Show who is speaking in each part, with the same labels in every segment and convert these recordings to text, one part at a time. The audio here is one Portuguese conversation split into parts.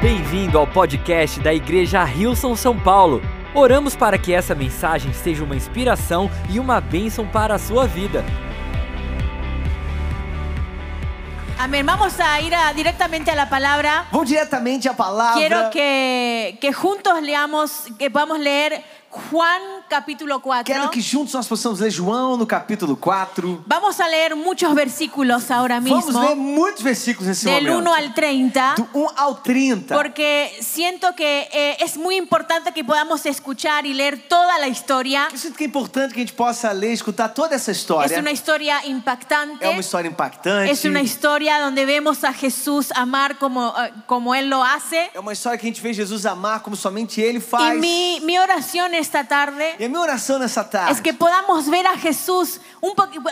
Speaker 1: Bem-vindo ao podcast da Igreja Rilson São Paulo. Oramos para que essa mensagem seja uma inspiração e uma bênção para a sua vida.
Speaker 2: Amén. Vamos a ir a- directamente a la palabra.
Speaker 3: Vamos diretamente à palavra.
Speaker 2: Quiero que, que juntos leamos, que vamos a leer Juan capítulo 4.
Speaker 3: Quero que juntos nós possamos ler João no capítulo 4.
Speaker 2: Vamos a leer muchos versículos ahora
Speaker 3: Vamos ler
Speaker 2: mismo,
Speaker 3: muitos versículos nesse
Speaker 2: del 1
Speaker 3: momento.
Speaker 2: al 30,
Speaker 3: Do 1 ao 30.
Speaker 2: porque siento que eh, es muy importante que podamos escuchar y leer toda la historia.
Speaker 3: Eu sinto que é importante que a gente possa ler e escutar toda essa história.
Speaker 2: Es una historia
Speaker 3: É uma
Speaker 2: impactante.
Speaker 3: história impactante.
Speaker 2: Es una historia donde vemos a Jesús amar como, eh, como Él lo hace.
Speaker 3: É uma história que a gente vê Jesus amar como somente Ele
Speaker 2: Y
Speaker 3: faz.
Speaker 2: mi, mi oración esta tarde
Speaker 3: E a minha oração nessa tarde é
Speaker 2: es É que podamos ver a Jesús un poquito,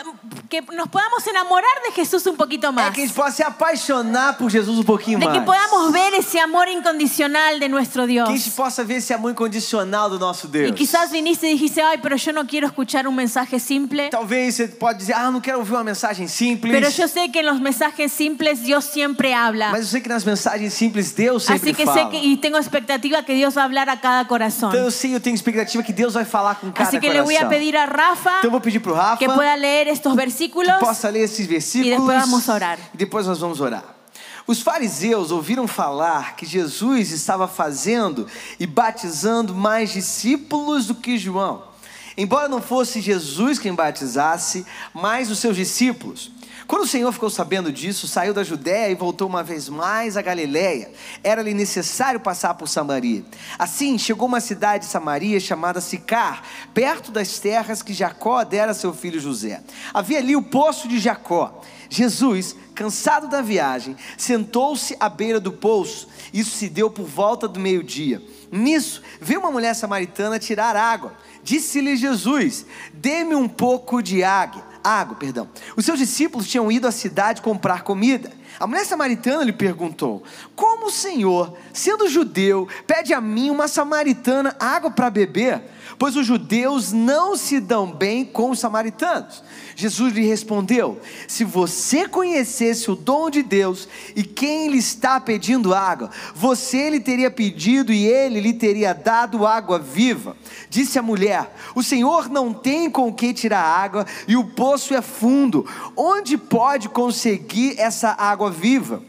Speaker 2: que nos podamos enamorar de Jesús un poquito
Speaker 3: é
Speaker 2: más.
Speaker 3: que a gente possa se apaixonar por Jesus um pouquinho
Speaker 2: De
Speaker 3: mais.
Speaker 2: que podamos ver ese amor incondicional de nuestro
Speaker 3: Que a gente
Speaker 2: Dios.
Speaker 3: possa ver esse amor incondicional do nosso Deus.
Speaker 2: Y quizás viniste y dijiste, ay, pero yo no quiero escuchar un mensaje simple.
Speaker 3: Talvez você pode dizer, ah, não quero ouvir uma mensagem simples.
Speaker 2: Pero yo sé que en los mensajes simples Dios siempre habla.
Speaker 3: Mas eu sei que nas mensagens simples Deus
Speaker 2: Así Ah.
Speaker 3: sempre
Speaker 2: Assim que
Speaker 3: fala.
Speaker 2: sé que, y tengo expectativa que Dios va a hablar a cada
Speaker 3: Então eu
Speaker 2: corazón.
Speaker 3: sei, eu tenho expectativa que Deus vai falar com cada
Speaker 2: Así Assim que le voy a
Speaker 3: coração.
Speaker 2: pedir a Rafa
Speaker 3: Então eu vou pedir pro Rafa
Speaker 2: que pueda leer estos
Speaker 3: que
Speaker 2: versículos.
Speaker 3: possa ler esses versículos.
Speaker 2: E depois vamos orar.
Speaker 3: E depois nós vamos orar. Os fariseus ouviram falar que Jesus estava fazendo e batizando mais discípulos do que João. Embora não fosse Jesus quem batizasse, mas os seus discípulos. Quando o Senhor ficou sabendo disso, saiu da Judéia e voltou uma vez mais à Galiléia. Era-lhe necessário passar por Samaria. Assim, chegou uma cidade de Samaria chamada Sicar, perto das terras que Jacó dera a seu filho José. Havia ali o poço de Jacó. Jesus, cansado da viagem, sentou-se à beira do poço. Isso se deu por volta do meio-dia. Nisso, veio uma mulher samaritana tirar água. Disse-lhe Jesus: Dê-me um pouco de água água, perdão. Os seus discípulos tinham ido à cidade comprar comida. A mulher samaritana lhe perguntou: Como o Senhor, sendo judeu, pede a mim, uma samaritana, água para beber? Pois os judeus não se dão bem com os samaritanos. Jesus lhe respondeu: Se você conhecesse o dom de Deus e quem lhe está pedindo água, você lhe teria pedido e ele lhe teria dado água viva. Disse a mulher: O Senhor não tem com que tirar água e o poço é fundo. Onde pode conseguir essa água viva?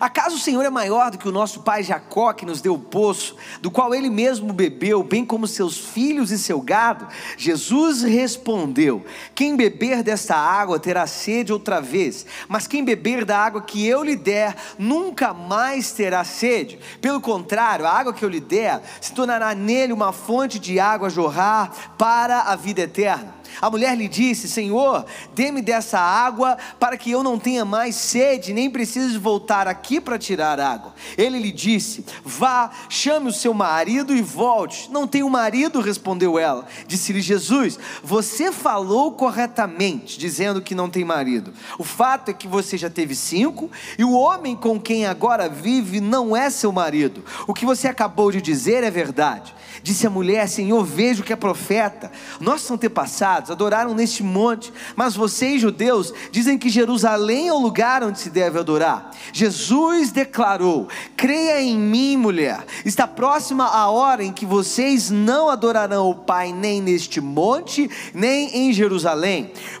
Speaker 3: Acaso o Senhor é maior do que o nosso pai Jacó, que nos deu o poço, do qual ele mesmo bebeu, bem como seus filhos e seu gado? Jesus respondeu: Quem beber desta água terá sede outra vez, mas quem beber da água que eu lhe der, nunca mais terá sede. Pelo contrário, a água que eu lhe der se tornará nele uma fonte de água a jorrar para a vida eterna. A mulher lhe disse: Senhor, dê-me dessa água para que eu não tenha mais sede, nem precise voltar aqui para tirar água. Ele lhe disse: Vá, chame o seu marido e volte. Não tenho marido, respondeu ela. Disse-lhe Jesus: Você falou corretamente, dizendo que não tem marido. O fato é que você já teve cinco, e o homem com quem agora vive não é seu marido. O que você acabou de dizer é verdade. Disse a mulher: Senhor, vejo que é profeta. Nossos antepassados adoraram neste monte, mas vocês, judeus, dizem que Jerusalém é o lugar onde se deve adorar. Jesus declarou: Creia em mim, mulher. Está próxima a hora em que vocês não adorarão o Pai nem neste monte, nem em Jerusalém.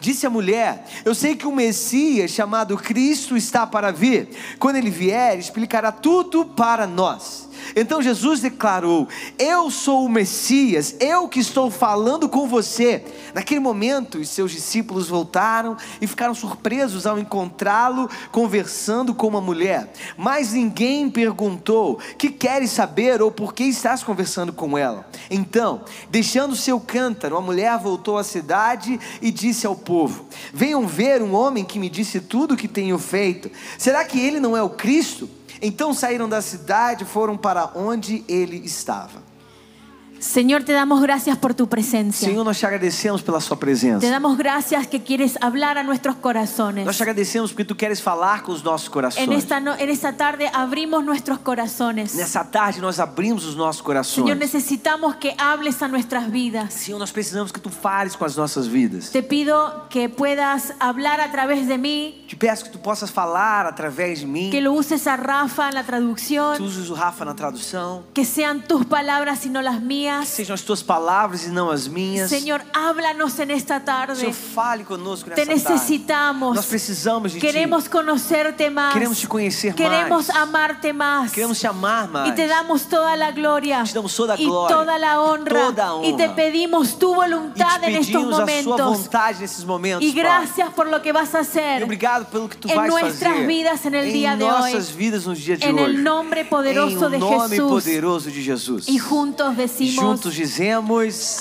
Speaker 3: Disse a mulher: Eu sei que o Messias, chamado Cristo, está para vir. Quando ele vier, explicará tudo para nós. Então Jesus declarou: Eu sou o Messias, eu que estou falando com você. Naquele momento, os seus discípulos voltaram e ficaram surpresos ao encontrá-lo conversando com uma mulher. Mas ninguém perguntou: Que queres saber ou por que estás conversando com ela? Então, deixando seu cântaro, a mulher voltou à cidade e disse ao povo: Venham ver um homem que me disse tudo o que tenho feito. Será que ele não é o Cristo? Então saíram da cidade e foram para onde ele estava.
Speaker 2: Señor, te damos gracias por tu presencia.
Speaker 3: Senhor, nós te agradecemos pela sua
Speaker 2: Te
Speaker 3: presença.
Speaker 2: damos gracias que quieres hablar a nuestros corazones.
Speaker 3: Nós te agradecemos porque tu queres falar com os nossos
Speaker 2: En
Speaker 3: corações.
Speaker 2: esta, no- en esta tarde abrimos nuestros corazones.
Speaker 3: Nessa tarde nós abrimos os nossos
Speaker 2: Señor,
Speaker 3: corações.
Speaker 2: necesitamos que hables a nuestras vidas.
Speaker 3: Senhor, nós precisamos que tu fales com as nossas vidas.
Speaker 2: Te pido que puedas hablar a través de mí,
Speaker 3: Te peço que tu possas falar através de mim.
Speaker 2: que
Speaker 3: Que
Speaker 2: lo uses a Rafa en la
Speaker 3: tu
Speaker 2: traducción,
Speaker 3: uses o Rafa na tradução.
Speaker 2: que sean tus palabras y no las
Speaker 3: Que
Speaker 2: mías.
Speaker 3: sejam as tuas palavras e não as minhas.
Speaker 2: Señor, háblanos en esta
Speaker 3: Senhor,
Speaker 2: tarde.
Speaker 3: fale conosco
Speaker 2: eh, Te
Speaker 3: nessa tarde. Nós
Speaker 2: necesitamos.
Speaker 3: precisamos de ti.
Speaker 2: Queremos conocerte más.
Speaker 3: Queremos te conhecer
Speaker 2: Queremos
Speaker 3: mais.
Speaker 2: amarte más.
Speaker 3: Queremos te amar mais.
Speaker 2: Y te damos toda la gloria
Speaker 3: Te damos toda a
Speaker 2: y
Speaker 3: glória,
Speaker 2: toda la honra.
Speaker 3: e toda a honra.
Speaker 2: Y te pedimos tu
Speaker 3: e te
Speaker 2: voluntad en estos
Speaker 3: pedimos a sua
Speaker 2: momentos.
Speaker 3: vontade nesses momentos,
Speaker 2: Y
Speaker 3: Pai.
Speaker 2: gracias por lo que vas a
Speaker 3: E
Speaker 2: hacer
Speaker 3: obrigado pelo que tu
Speaker 2: em
Speaker 3: vais
Speaker 2: nuestras
Speaker 3: fazer
Speaker 2: vidas en el
Speaker 3: em
Speaker 2: día de
Speaker 3: nossas
Speaker 2: hoy.
Speaker 3: vidas nos dias de
Speaker 2: en
Speaker 3: hoje.
Speaker 2: el nombre poderoso
Speaker 3: em
Speaker 2: de
Speaker 3: nome
Speaker 2: Jesús.
Speaker 3: poderoso de Jesus.
Speaker 2: Y juntos
Speaker 3: E
Speaker 2: decimos
Speaker 3: juntos dizemos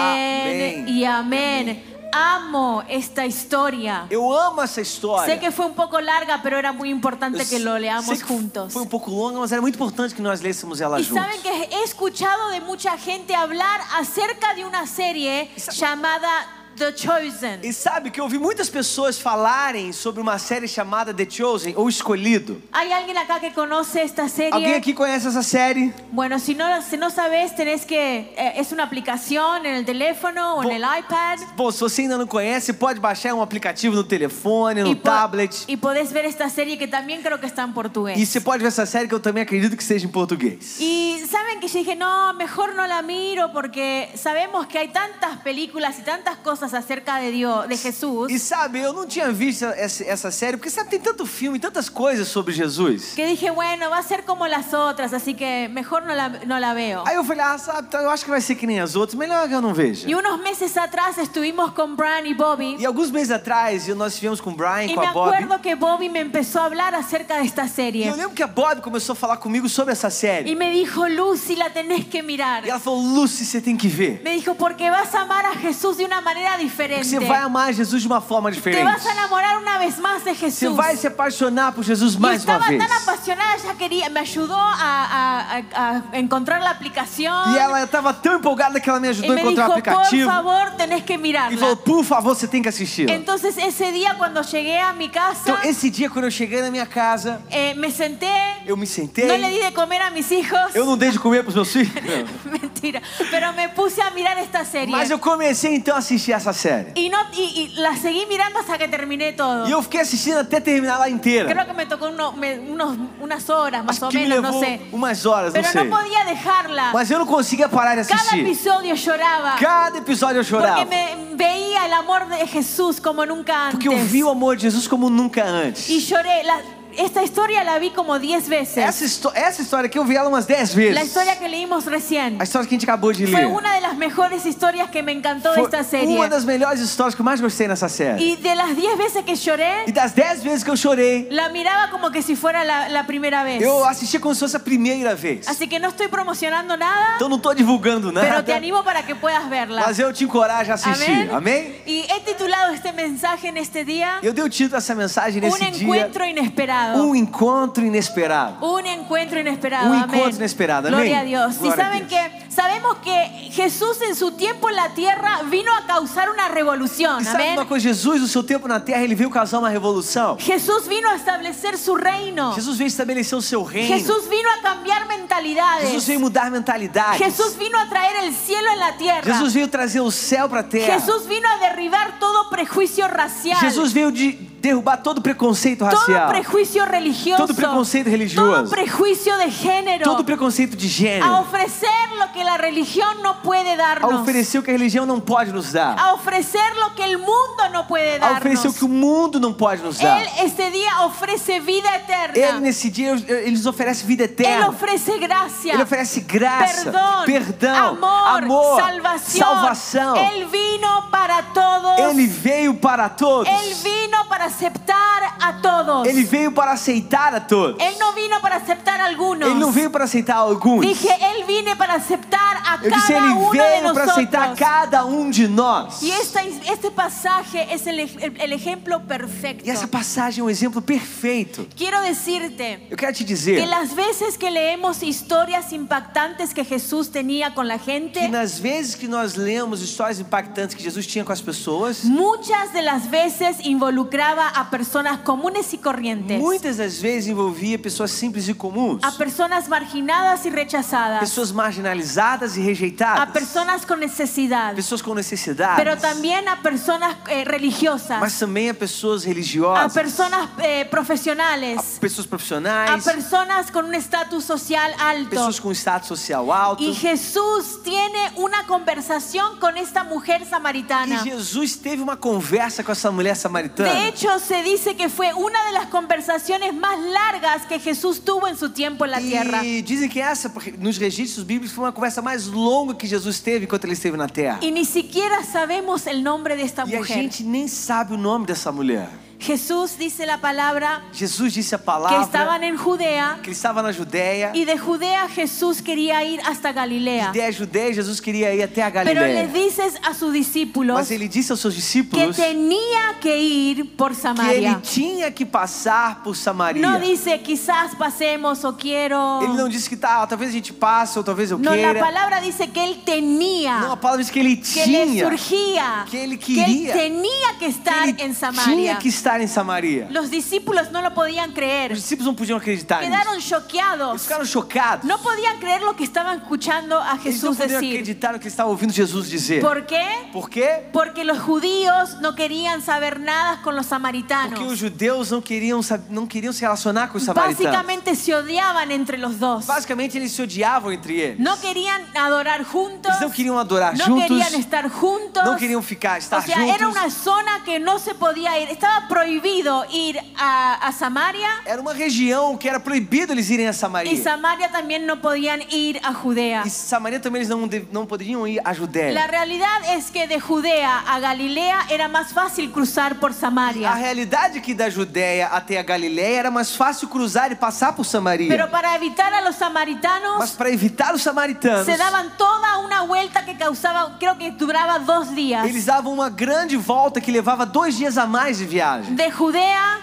Speaker 2: amén y amén. Amo esta historia.
Speaker 3: Eu amo essa história.
Speaker 2: Sé que fue un poco larga, pero era muy importante
Speaker 3: Eu
Speaker 2: que lo
Speaker 3: sei
Speaker 2: leamos
Speaker 3: que
Speaker 2: juntos.
Speaker 3: Foi um pouco longa, mas era muito importante que nós lêssemos ela
Speaker 2: Y
Speaker 3: juntos.
Speaker 2: saben que he escuchado de mucha gente hablar acerca de una serie
Speaker 3: Y sa-
Speaker 2: llamada The Chosen.
Speaker 3: E sabe que eu ouvi muitas pessoas falarem sobre uma série chamada The Chosen ou Escolhido.
Speaker 2: ¿Hay alguien acá que conoce esta
Speaker 3: Alguém
Speaker 2: serie?
Speaker 3: aqui conhece essa série?
Speaker 2: Bueno, si no, si no sabes, tenés que... eh, es una aplicación en el teléfono o en
Speaker 3: Bo-
Speaker 2: el iPad.
Speaker 3: Bom, se você ainda não conhece, pode baixar um aplicativo no telefone, no
Speaker 2: po-
Speaker 3: tablet.
Speaker 2: y podés ver esta serie que también creo que está en portugués.
Speaker 3: E você pode ver essa série que eu também acredito que seja em portugués.
Speaker 2: Y saben que yo dije, no, mejor no la miro porque sabemos que hay tantas películas y tantas cosas acerca de Dios, de Jesús,
Speaker 3: E sabe, eu não tinha visto essa, essa série, porque sabe, tem tanto filme, tantas coisas sobre Jesus.
Speaker 2: que dije, bueno, va a ser como las otras, así que mejor no la, no la veo.
Speaker 3: Aí eu falei, ah, sabe, então eu acho que vai ser que nem as outras, melhor que eu não veja.
Speaker 2: Y unos meses atrás estuvimos con Brian y
Speaker 3: E
Speaker 2: Bobby
Speaker 3: alguns meses atrás, eu- nós estivemos com o Brian,
Speaker 2: y
Speaker 3: com
Speaker 2: me
Speaker 3: a Bob.
Speaker 2: acuerdo que Bobby me empezó a hablar acerca de esta
Speaker 3: E eu
Speaker 2: serie
Speaker 3: lembro que a Bob começou a falar comigo sobre essa
Speaker 2: y
Speaker 3: série.
Speaker 2: me dijo, Lucy, la tenés que mirar.
Speaker 3: E ela falou, Lucy, você tem que ver.
Speaker 2: Me dijo, porque vas a amar a Jesús de una manera diferente.
Speaker 3: Você vai amar Jesus de uma forma
Speaker 2: Te
Speaker 3: diferente.
Speaker 2: vas a enamorar una vez más de
Speaker 3: Você
Speaker 2: Jesús.
Speaker 3: vai se apaixonar por Jesus
Speaker 2: Yo
Speaker 3: mais uma
Speaker 2: estaba
Speaker 3: vez.
Speaker 2: tan apasionada, ya quería, me ayudó a, a- a- a encontrar la aplicación.
Speaker 3: E ela estava tão empolgada que ela me
Speaker 2: y
Speaker 3: ajudou a
Speaker 2: me
Speaker 3: encontrar o
Speaker 2: dijo, por
Speaker 3: aplicativo.
Speaker 2: favor, né? Então, tenés que
Speaker 3: E
Speaker 2: mirarla.
Speaker 3: falou, por favor, você tem que assistir.
Speaker 2: Entonces ese día cuando llegué a mi casa,
Speaker 3: Então, esse dia, quando eu cheguei na minha casa,
Speaker 2: eh, me senté,
Speaker 3: eu me sentei.
Speaker 2: no le di de comer a mis hijos,
Speaker 3: Eu não dei de comer pros meus filhos.
Speaker 2: mentira, pero me puse a mirar esta serie.
Speaker 3: Mas eu comecei então a assistir essa série.
Speaker 2: Y, no, y, y la seguí mirando hasta que terminé todo.
Speaker 3: E eu fiquei assistindo até terminar ela inteira.
Speaker 2: Creo que me tocó uno- me- unos, umas horas más
Speaker 3: Acho
Speaker 2: o
Speaker 3: que me
Speaker 2: menos,
Speaker 3: levou
Speaker 2: no sé.
Speaker 3: umas horas, não
Speaker 2: Pero no
Speaker 3: sei.
Speaker 2: podía dejarla.
Speaker 3: Mas eu não conseguia parar de
Speaker 2: Cada
Speaker 3: assistir.
Speaker 2: episodio lloraba.
Speaker 3: Cada episódio eu
Speaker 2: Porque
Speaker 3: chorava.
Speaker 2: me veía el amor de Jesús como nunca antes.
Speaker 3: Porque eu vi o amor de Jesus como nunca
Speaker 2: Y
Speaker 3: antes.
Speaker 2: lloré. La- esta historia la vi como 10 veces.
Speaker 3: Essa, histó- essa história aqui eu vi ela umas 10 vezes.
Speaker 2: La historia que leímos recién.
Speaker 3: A história que a gente acabou de
Speaker 2: Fue
Speaker 3: ler.
Speaker 2: una de las mejores historias que me encantó de esta
Speaker 3: Foi
Speaker 2: serie.
Speaker 3: uma das melhores histórias que eu mais gostei nessa série.
Speaker 2: Y de las 10 veces que lloré,
Speaker 3: E das 10 vezes que eu chorei,
Speaker 2: la miraba como que si fuera la, la primera vez.
Speaker 3: eu assisti como se fosse a primeira vez.
Speaker 2: Así que no estoy promocionando nada,
Speaker 3: Então não tô divulgando
Speaker 2: Assim, pero te
Speaker 3: nada,
Speaker 2: animo para que puedas verla.
Speaker 3: mas eu te encorajo a assistir. Amém?
Speaker 2: Y he titulado este mensaje en este día
Speaker 3: Eu dei o título dessa mensagem
Speaker 2: Un
Speaker 3: nesse dia:
Speaker 2: encuentro inesperado.
Speaker 3: Um encontro inesperado.
Speaker 2: Un encuentro inesperado.
Speaker 3: Un
Speaker 2: amén.
Speaker 3: encuentro inesperado, amén.
Speaker 2: Gloria a Dios. y
Speaker 3: Gloria a
Speaker 2: saben
Speaker 3: Dios.
Speaker 2: que sabemos que Jesús en su tiempo en la tierra vino a causar una revolución.
Speaker 3: E sabe
Speaker 2: Amén.
Speaker 3: uma coisa? Jesus, no seu tempo na terra, ele veio causar uma revolução.
Speaker 2: Jesús vino a establecer su reino.
Speaker 3: Jesus veio estabelecer o seu reino.
Speaker 2: Jesús vino a cambiar mentalidades.
Speaker 3: Jesus veio mudar mentalidades.
Speaker 2: Jesús vino a traer el cielo en la tierra.
Speaker 3: Jesus veio trazer o céu para a terra.
Speaker 2: Jesús vino a derribar todo prejuicio racial.
Speaker 3: Jesus veio de derrubar todo preconceito
Speaker 2: todo
Speaker 3: racial,
Speaker 2: prejuicio religioso.
Speaker 3: Todo preconceito religioso.
Speaker 2: Todo prejuicio de género.
Speaker 3: todo preconceito de
Speaker 2: a
Speaker 3: gênero,
Speaker 2: ofrecer lo que la religión no puede
Speaker 3: a
Speaker 2: darnos.
Speaker 3: oferecer o que a religião não pode nos dar,
Speaker 2: a ofrecer lo que el mundo no puede
Speaker 3: a oferecer o
Speaker 2: darnos.
Speaker 3: que o mundo não pode nos dar.
Speaker 2: Él este día ofrece vida eterna.
Speaker 3: Ele nesse dia ele nos oferece vida
Speaker 2: Él
Speaker 3: eterna.
Speaker 2: ofrece gracia.
Speaker 3: Ele oferece graça,
Speaker 2: perdón,
Speaker 3: perdão,
Speaker 2: amor,
Speaker 3: amor,
Speaker 2: salvación.
Speaker 3: salvação.
Speaker 2: Él vino para todos.
Speaker 3: Ele veio para todos.
Speaker 2: Él vino para aceptar a todos.
Speaker 3: Ele veio para aceitar a todos.
Speaker 2: Él no vino para aceptar a algunos.
Speaker 3: Ele não veio para aceitar alguns.
Speaker 2: Dije, Él vino para aceptar a
Speaker 3: Eu disse,
Speaker 2: cada
Speaker 3: ele
Speaker 2: uno de
Speaker 3: veio para aceitar
Speaker 2: nosotros.
Speaker 3: cada um de nós.
Speaker 2: Y esta- este pasaje es el, ej- el- el ejemplo perfecto.
Speaker 3: E essa passagem é um exemplo perfeito.
Speaker 2: Quiero decirte
Speaker 3: Eu quero te
Speaker 2: que
Speaker 3: dizer
Speaker 2: las veces que leemos historias impactantes que Jesús tenía con la
Speaker 3: que
Speaker 2: gente,
Speaker 3: nas vezes que nós lemos histórias impactantes que Jesus tinha com as pessoas,
Speaker 2: muchas de las veces involucraba a personas comunes y corrientes,
Speaker 3: muitas das vezes envolvia pessoas simples e comuns,
Speaker 2: a personas marginadas y rechazadas,
Speaker 3: pessoas marginalizadas e
Speaker 2: a
Speaker 3: rejeitadas,
Speaker 2: personas con necesidad,
Speaker 3: pessoas com
Speaker 2: pero
Speaker 3: necessidades,
Speaker 2: también a personas eh, religiosas,
Speaker 3: mas também a pessoas
Speaker 2: a
Speaker 3: religiosas,
Speaker 2: personas eh, profesionales,
Speaker 3: pessoas
Speaker 2: a
Speaker 3: profissionais,
Speaker 2: personas con un estatus social alto.
Speaker 3: pessoas com status social alto.
Speaker 2: Y Jesús tiene una conversación con esta mujer
Speaker 3: E
Speaker 2: samaritana.
Speaker 3: Jesus teve uma conversa com essa mulher samaritana.
Speaker 2: De hecho, se dice que fue una de las conversaciones más largas que Jesús tuvo en su tiempo en la tierra.
Speaker 3: E dizem que essa, porque nos registros bíblicos, foi uma conversa mais longa que Jesus teve enquanto ele esteve na terra.
Speaker 2: Y ni siquiera sabemos el nombre de esta
Speaker 3: E a
Speaker 2: mujer.
Speaker 3: gente nem sabe o nome dessa mulher.
Speaker 2: Jesús dice la palabra
Speaker 3: Jesus disse a
Speaker 2: que
Speaker 3: palavra
Speaker 2: estaban en Judea
Speaker 3: que ele estava na Judéia.
Speaker 2: y de Judea Jesús quería ir hasta Galilea.
Speaker 3: Judéia, Judéia, Jesus queria ir até a
Speaker 2: Pero le
Speaker 3: Galileia.
Speaker 2: dices a sus discípulos
Speaker 3: Mas ele disse aos seus
Speaker 2: que
Speaker 3: discípulos que
Speaker 2: tenía que ir por
Speaker 3: ele
Speaker 2: Samaria.
Speaker 3: tinha que passar por Samaria.
Speaker 2: No dice quizás pasemos o quiero.
Speaker 3: Ele não disse que tá, talvez a gente passe, ou talvez eu
Speaker 2: No, la
Speaker 3: queira.
Speaker 2: palabra dice que él tenía,
Speaker 3: Não, a palavra diz que ele
Speaker 2: que le
Speaker 3: tinha.
Speaker 2: surgía,
Speaker 3: que él
Speaker 2: él
Speaker 3: quería,
Speaker 2: tenía que estar
Speaker 3: que ele
Speaker 2: en
Speaker 3: tinha
Speaker 2: Samaria.
Speaker 3: que Pues, estar em Samaria.
Speaker 2: Los discípulos no lo podían creer,
Speaker 3: Os discípulos não podiam acreditar nisso.
Speaker 2: quedaron
Speaker 3: Eles
Speaker 2: choqueados,
Speaker 3: ficaram chocados.
Speaker 2: no podían creer lo que estaban escuchando a
Speaker 3: Eles não
Speaker 2: Jesús
Speaker 3: podiam
Speaker 2: decir.
Speaker 3: acreditar no que eles estavam ouvindo Jesus dizer.
Speaker 2: ¿Por quê?
Speaker 3: Por quê?
Speaker 2: Porque los judíos no querían saber nada con los
Speaker 3: Porque os
Speaker 2: samaritanos.
Speaker 3: judeus não queriam, sab- não queriam se relacionar com os samaritanos.
Speaker 2: Básicamente se odiaban entre los dos.
Speaker 3: Basicamente, eles se odiavam entre eles.
Speaker 2: No querían adorar juntos,
Speaker 3: Eles não queriam adorar
Speaker 2: no
Speaker 3: juntos,
Speaker 2: querían estar juntos.
Speaker 3: não queriam ficar,
Speaker 2: O
Speaker 3: estar
Speaker 2: sea,
Speaker 3: juntos.
Speaker 2: era una zona que no se podía ir. Estaba prohibido ir a, a Samaria
Speaker 3: Era uma região que era proibido eles irem a Samaria.
Speaker 2: y Samaria también no podían ir a Judea.
Speaker 3: E Samaria também eles não, de- não poderiam ir à Judéia.
Speaker 2: La realidad es que de Judea a Galilea era más fácil cruzar por
Speaker 3: A
Speaker 2: Samaria.
Speaker 3: realidade é que da Judéia até a Galiléia era mais fácil cruzar e passar por Samaria.
Speaker 2: Pero para evitar a los
Speaker 3: Mas
Speaker 2: samaritanos
Speaker 3: para evitar os samaritanos,
Speaker 2: se daban toda una vuelta que causaba, creo que duraba dos días.
Speaker 3: eles davam uma grande volta que levava dois dias a mais de viagem.
Speaker 2: De Judea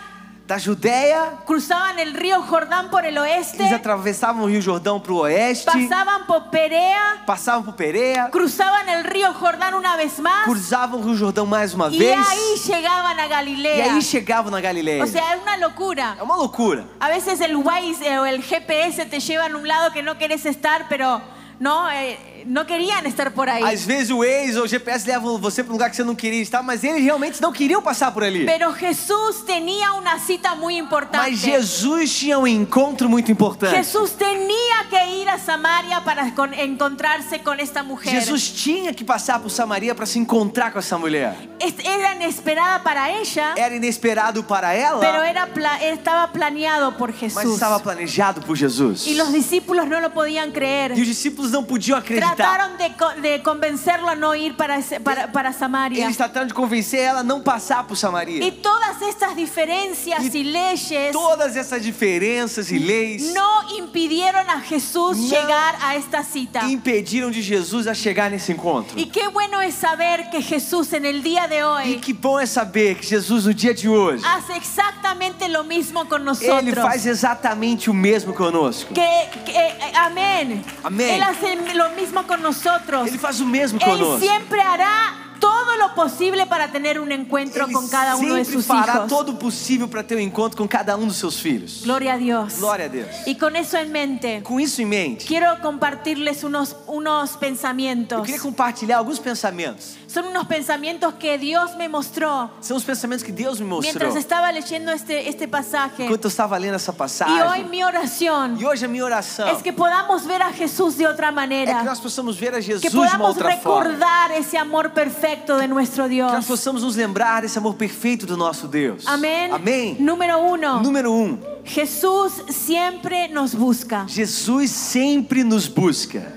Speaker 3: Da Judéia,
Speaker 2: cruzaban el río Jordán por el
Speaker 3: eles
Speaker 2: oeste,
Speaker 3: atravessavam o Rio Jordão para o oeste,
Speaker 2: pasaban por Perea,
Speaker 3: passavam por Pereia,
Speaker 2: cruzaban el rio Jordán una vez más.
Speaker 3: cruzavam o Rio Jordão mais uma
Speaker 2: Y
Speaker 3: vez
Speaker 2: ahí llegaban a
Speaker 3: e
Speaker 2: Galilea.
Speaker 3: aí chegavam na Galiléia.
Speaker 2: o sea, es una locura.
Speaker 3: É uma loucura.
Speaker 2: A veces el Waze eh, o el GPS te llevan a un lado que no querés estar, pero no, eh, no querían estar por ahí.
Speaker 3: Às vezes o Waze ou o GPS levam você para um lugar que você não queria estar, mas eles realmente não queriam passar por ali.
Speaker 2: Pero Jesús tenía una cita muy importante.
Speaker 3: Mas Jesus tinha um encontro muito importante.
Speaker 2: Jesús tenía que ir a Samaria para con- encontrarse con esta mujer.
Speaker 3: Jesus tinha que passar por Samaria para se encontrar com essa mulher.
Speaker 2: Es- era inesperada para ella,
Speaker 3: Era inesperado para
Speaker 2: pero
Speaker 3: ela,
Speaker 2: era pla- estaba planeado por
Speaker 3: mas
Speaker 2: Jesús.
Speaker 3: estava planejado por Jesus.
Speaker 2: Y los discípulos no lo podían creer.
Speaker 3: E os discípulos não podiam acreditar.
Speaker 2: Trataron de, co- de convencerlo a no ir para, ese- para, para Samaria.
Speaker 3: Eles trataram de convencer ela a não passar por
Speaker 2: Y
Speaker 3: Samaria.
Speaker 2: todas estas diferencias
Speaker 3: Y
Speaker 2: y leyes
Speaker 3: Todas essas diferenças e leis
Speaker 2: no impidieron a Jesús
Speaker 3: No.
Speaker 2: llegar a esta cita.
Speaker 3: impediram de Jesus a chegar nesse encontro.
Speaker 2: Y qué bueno es saber que Jesús en el día de
Speaker 3: E
Speaker 2: hoy
Speaker 3: que bom é saber que Jesus, no dia de hoje,
Speaker 2: hace exactamente lo mismo con
Speaker 3: ele
Speaker 2: nosotros.
Speaker 3: faz exatamente o mesmo conosco.
Speaker 2: Que, que- eh, amén.
Speaker 3: Amén.
Speaker 2: Él hace lo mismo con nosotros.
Speaker 3: Ele faz o mesmo
Speaker 2: Él
Speaker 3: conosco.
Speaker 2: siempre hará todo lo posible para tener un encuentro
Speaker 3: Ele
Speaker 2: con cada uno de
Speaker 3: sempre
Speaker 2: sus
Speaker 3: fará
Speaker 2: hijos.
Speaker 3: todo o possível para ter um encontro com cada um dos seus filhos.
Speaker 2: Gloria a Dios.
Speaker 3: Glória a Deus.
Speaker 2: Y con eso en mente,
Speaker 3: Com isso em mente,
Speaker 2: quiero compartirles unos, unos
Speaker 3: eu
Speaker 2: pensamientos.
Speaker 3: queria compartilhar alguns pensamentos.
Speaker 2: Son unos pensamientos que Dios me mostrou
Speaker 3: São os pensamentos que Deus me mostrou
Speaker 2: mientras estaba leyendo este, este pasaje.
Speaker 3: enquanto eu estava lendo essa
Speaker 2: Y hoy
Speaker 3: passagem.
Speaker 2: mi oración
Speaker 3: E hoje a minha oração
Speaker 2: es que podamos ver a Jesús de otra
Speaker 3: é que
Speaker 2: manera.
Speaker 3: nós possamos ver a
Speaker 2: Que
Speaker 3: Jesus de uma
Speaker 2: podamos
Speaker 3: outra forma.
Speaker 2: recordar esse amor perfecto de nuestro
Speaker 3: Que nós
Speaker 2: Dios.
Speaker 3: possamos nos lembrar desse amor perfeito do nosso Deus.
Speaker 2: Amén.
Speaker 3: Amém.
Speaker 2: Número uno,
Speaker 3: Número um,
Speaker 2: Jesús siempre nos busca.
Speaker 3: Jesus sempre nos busca.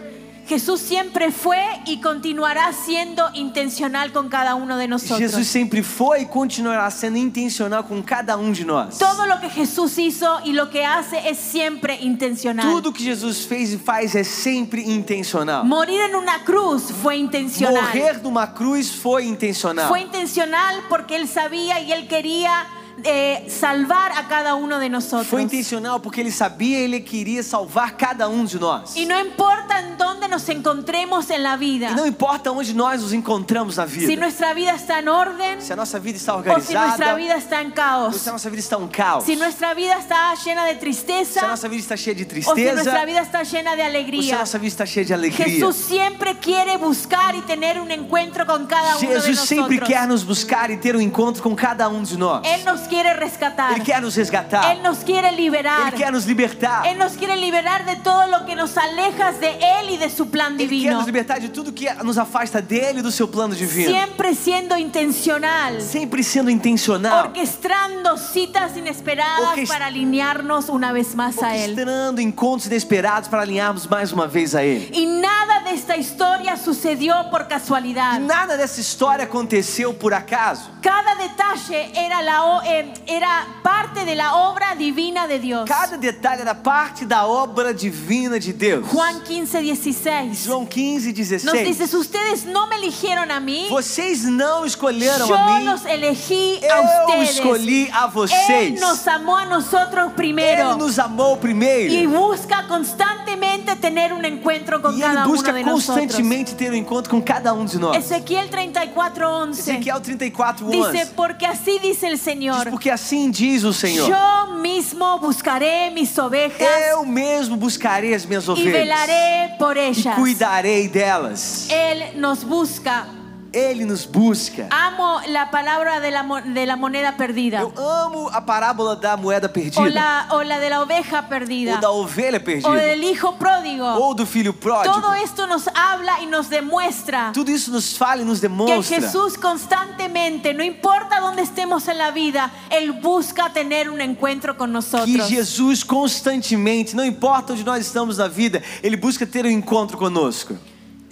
Speaker 2: Jesús siempre fue y continuará siendo intencional con cada uno de nosotros.
Speaker 3: Jesus sempre foi e continuará sendo intencional com cada um de nós.
Speaker 2: Todo lo que Jesús hizo y lo que hace es siempre intencional.
Speaker 3: Tudo que Jesus fez e faz é sempre intencional.
Speaker 2: Morir en una cruz fue intencional.
Speaker 3: Morrer numa cruz foi intencional.
Speaker 2: Fue intencional porque él sabía y él quería eh, salvar a cada uno de nosotros.
Speaker 3: Foi intencional porque ele sabia e ele queria salvar cada um de nós.
Speaker 2: Y no importa en dónde nos encontremos en la vida,
Speaker 3: E não importa onde nós nos encontramos na
Speaker 2: si
Speaker 3: vida.
Speaker 2: nuestra vida está en orden
Speaker 3: Se a nossa vida está
Speaker 2: o si nuestra
Speaker 3: organizada,
Speaker 2: vida está en
Speaker 3: ou se
Speaker 2: caos,
Speaker 3: a nossa vida está um caos,
Speaker 2: si
Speaker 3: se
Speaker 2: nuestra vida está llena de
Speaker 3: a
Speaker 2: tristeza
Speaker 3: nossa vida está cheia de
Speaker 2: o si nuestra
Speaker 3: tristeza,
Speaker 2: vida está llena de
Speaker 3: ou se a
Speaker 2: alegría.
Speaker 3: nossa vida está cheia de alegria.
Speaker 2: Jesús siempre quiere buscar y tener un encuentro con
Speaker 3: é
Speaker 2: cada uno de
Speaker 3: Jesus sempre quer
Speaker 2: nosotros.
Speaker 3: nos buscar e ter um encontro com cada um de nós.
Speaker 2: Él nos quiere rescatar.
Speaker 3: é Ele quer nos resgatar.
Speaker 2: Él nos quiere liberar.
Speaker 3: Ele quer nos libertar.
Speaker 2: Él nos quiere liberar de todo lo que nos alejas de Él y de su plan
Speaker 3: Ele quer
Speaker 2: divino.
Speaker 3: nos libertar de tudo que nos afasta dele e do seu plano divino.
Speaker 2: Siempre siendo intencional,
Speaker 3: Sempre sendo intencional,
Speaker 2: orquestando citas inesperadas
Speaker 3: Orquest-
Speaker 2: para alinearnos una vez más a Él.
Speaker 3: orquestrando encontros inesperados para alinharmos mais uma vez a ele.
Speaker 2: Y nada de esta historia sucedió por
Speaker 3: E
Speaker 2: casualidad.
Speaker 3: nada dessa história aconteceu por acaso.
Speaker 2: Cada detalle era, la o- eh, era parte de la obra divina de Dios.
Speaker 3: Cada detalhe era parte da obra divina de Deus.
Speaker 2: Juan 15, 16
Speaker 3: João 15,
Speaker 2: nos
Speaker 3: 16.
Speaker 2: dice, ustedes no me eligieron a mim
Speaker 3: Vocês não escolheram a
Speaker 2: yo
Speaker 3: mim,
Speaker 2: los elegí a
Speaker 3: eu
Speaker 2: ustedes.
Speaker 3: escolhi a
Speaker 2: Él
Speaker 3: vocês.
Speaker 2: nos amó a nosotros primero
Speaker 3: Ele nos amou
Speaker 2: y
Speaker 3: primeiro.
Speaker 2: busca constantemente tener un encuentro con
Speaker 3: E ele
Speaker 2: cada
Speaker 3: busca
Speaker 2: uno de nosotros.
Speaker 3: constantemente ter um encontro com cada um de nós.
Speaker 2: Ezequiel 34:11
Speaker 3: Ezequiel 34, 11.
Speaker 2: dice, porque así dice el
Speaker 3: Diz,
Speaker 2: Señor,
Speaker 3: porque assim diz o Senhor.
Speaker 2: yo mismo buscaré mis ovejas
Speaker 3: Eu mesmo buscarei as minhas
Speaker 2: y
Speaker 3: ovelhas.
Speaker 2: velaré por
Speaker 3: E
Speaker 2: ellas.
Speaker 3: cuidarei delas.
Speaker 2: Él nos busca.
Speaker 3: Ele nos busca.
Speaker 2: Amo la palabra de la, mo- de la moneda perdida
Speaker 3: Eu amo a parábola da moeda
Speaker 2: o
Speaker 3: perdida.
Speaker 2: la, o la de la oveja
Speaker 3: Ou
Speaker 2: perdida
Speaker 3: da ovelha
Speaker 2: o
Speaker 3: perdida.
Speaker 2: del hijo pródigo.
Speaker 3: Ou do filho pródigo.
Speaker 2: Todo esto nos habla y nos demuestra
Speaker 3: Tudo isso nos fala e nos
Speaker 2: que
Speaker 3: demonstra
Speaker 2: Jesús constantemente, no importa dónde estemos en la vida, Él busca tener un encuentro con
Speaker 3: que
Speaker 2: nosotros.
Speaker 3: Jesus constantemente, não importa onde nós estamos na vida, Ele busca ter um encontro conosco.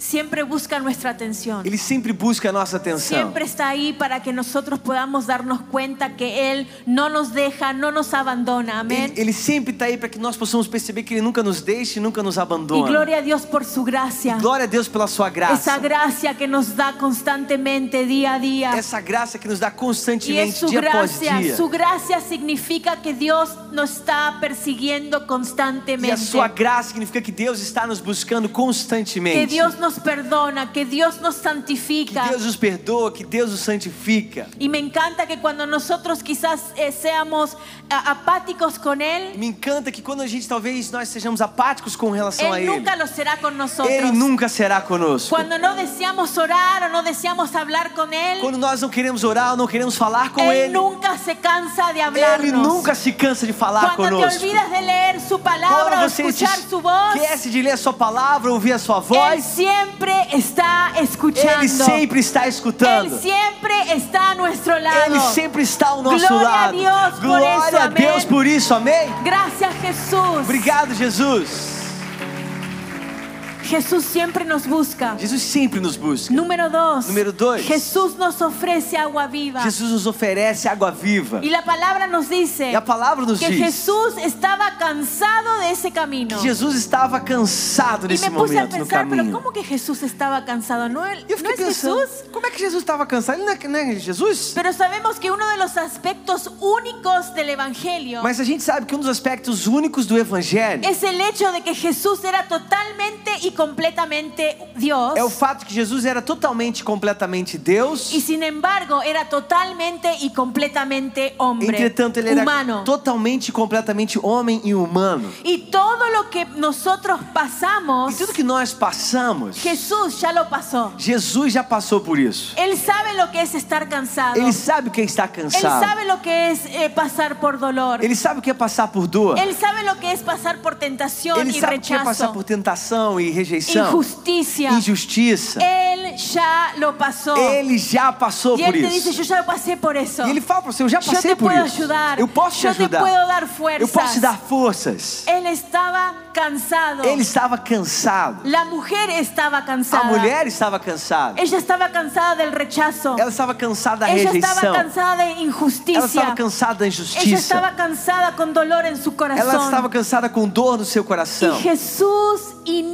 Speaker 2: Siempre busca nuestra atención.
Speaker 3: Ele sempre busca a nossa atenção.
Speaker 2: Siempre está ahí para que nosotros podamos darnos cuenta que Él no nos deja, no nos abandona. Amén.
Speaker 3: Ele, ele sempre está aí para que nós possamos perceber que Ele nunca nos deixa e nunca nos
Speaker 2: Y
Speaker 3: abandona.
Speaker 2: gloria a Dios por su gracia.
Speaker 3: Glória a Deus pela sua
Speaker 2: Esa
Speaker 3: graça.
Speaker 2: gracia que nos da constantemente día a día.
Speaker 3: Essa graça que nos dá
Speaker 2: Y es
Speaker 3: constantemente,
Speaker 2: su
Speaker 3: dia após
Speaker 2: gracia.
Speaker 3: dia.
Speaker 2: Su gracia significa que Dios nos está persiguiendo
Speaker 3: E a sua
Speaker 2: constantemente.
Speaker 3: graça significa que Deus está nos buscando constantemente.
Speaker 2: Que Dios nos perdona, que Dios nos santifica.
Speaker 3: Que Deus nos perdoa, que Deus nos santifica.
Speaker 2: Y me encanta que cuando nosotros quizás eh, seamos a- apáticos con
Speaker 3: E
Speaker 2: Él,
Speaker 3: Me encanta que quando a gente talvez nós sejamos apáticos com relação a
Speaker 2: Él
Speaker 3: Ele,
Speaker 2: nunca lo será con
Speaker 3: Ele
Speaker 2: nosotros.
Speaker 3: nunca será conosco.
Speaker 2: Cuando no deseamos orar o no deseamos hablar con Él,
Speaker 3: Quando nós não queremos orar, não queremos falar com
Speaker 2: Él
Speaker 3: Ele,
Speaker 2: nunca se cansa de
Speaker 3: Ele
Speaker 2: hablarnos.
Speaker 3: nunca se cansa de falar
Speaker 2: Cuando te
Speaker 3: conosco.
Speaker 2: olvidas de leer su palabra o
Speaker 3: Quando você
Speaker 2: escuchar su voz,
Speaker 3: esquece de ler a sua palavra, ouvir a sua
Speaker 2: Él
Speaker 3: voz,
Speaker 2: siempre está escuchando.
Speaker 3: Ele sempre está
Speaker 2: Él
Speaker 3: escutando.
Speaker 2: siempre está a nuestro lado.
Speaker 3: Ele sempre está ao nosso
Speaker 2: Glória a
Speaker 3: lado.
Speaker 2: Deus por
Speaker 3: Glória
Speaker 2: isso,
Speaker 3: a
Speaker 2: amém.
Speaker 3: Deus por isso, amém?
Speaker 2: Gracias Jesús.
Speaker 3: Obrigado, Jesus.
Speaker 2: Jesús siempre nos busca.
Speaker 3: Jesus sempre nos busca.
Speaker 2: Número dos.
Speaker 3: Número dos.
Speaker 2: Jesús nos ofrece agua viva.
Speaker 3: Jesus nos oferece água viva.
Speaker 2: Y la palabra nos dice
Speaker 3: E a palavra nos
Speaker 2: que
Speaker 3: diz
Speaker 2: Jesús estaba cansado de ese camino.
Speaker 3: que Jesus estava cansado
Speaker 2: y me
Speaker 3: nesse
Speaker 2: puse a
Speaker 3: momento no
Speaker 2: pensar, pero
Speaker 3: caminho.
Speaker 2: ¿cómo que Jesús estaba cansado? ¿No, él-
Speaker 3: E
Speaker 2: no
Speaker 3: eu fiquei
Speaker 2: es
Speaker 3: pensando,
Speaker 2: Jesús?
Speaker 3: como é que Jesus estava cansado? Ele não é, não é Jesus?
Speaker 2: Pero sabemos que uno de los aspectos únicos del Evangelio
Speaker 3: Mas a gente sabe que um dos aspectos únicos do Evangelho
Speaker 2: es el hecho de que Jesús era totalmente y completamente Dios
Speaker 3: é o fato que Jesus era totalmente e completamente Deus.
Speaker 2: y sin embargo era totalmente y completamente hombre,
Speaker 3: Entretanto, ele era
Speaker 2: humano.
Speaker 3: totalmente e completamente homem e humano.
Speaker 2: Y todo lo que nosotros
Speaker 3: E
Speaker 2: pasamos,
Speaker 3: tudo que nós passamos,
Speaker 2: Jesús ya lo pasó.
Speaker 3: Jesus já passou por isso.
Speaker 2: Él sabe lo que es estar cansado.
Speaker 3: Ele sabe o que é estar
Speaker 2: Él
Speaker 3: cansado.
Speaker 2: sabe lo que es eh, pasar por dolor.
Speaker 3: Ele sabe o que é passar por dor.
Speaker 2: Él sabe lo que es pasar por tentación
Speaker 3: Ele
Speaker 2: y
Speaker 3: sabe o que é passar
Speaker 2: rechazo,
Speaker 3: por tentação e rejeição,
Speaker 2: injusticia.
Speaker 3: injustiça.
Speaker 2: Él ya lo pasó.
Speaker 3: Ele já passou
Speaker 2: y
Speaker 3: por
Speaker 2: Él te
Speaker 3: isso.
Speaker 2: dice, yo ya pasé por eso.
Speaker 3: E ele fala para você: Eu já
Speaker 2: yo
Speaker 3: passei
Speaker 2: te
Speaker 3: por
Speaker 2: puedo
Speaker 3: isso.
Speaker 2: ayudar.
Speaker 3: Eu posso te
Speaker 2: yo te puedo
Speaker 3: ajudar.
Speaker 2: dar fuerzas.
Speaker 3: Eu posso te dar forças.
Speaker 2: Él estaba cansado.
Speaker 3: Ele estava cansado.
Speaker 2: La mujer estaba
Speaker 3: A
Speaker 2: cansada.
Speaker 3: mulher estava cansada.
Speaker 2: Ella estaba cansada del rechazo.
Speaker 3: Ela estava cansada da
Speaker 2: Ella estaba
Speaker 3: rejeição.
Speaker 2: cansada de
Speaker 3: Ela
Speaker 2: injusticia.
Speaker 3: estava cansada da
Speaker 2: Ella
Speaker 3: injustiça.
Speaker 2: estaba cansada con dolor en su corazón.
Speaker 3: Ela estava cansada com dor no seu
Speaker 2: y
Speaker 3: coração.
Speaker 2: Jesús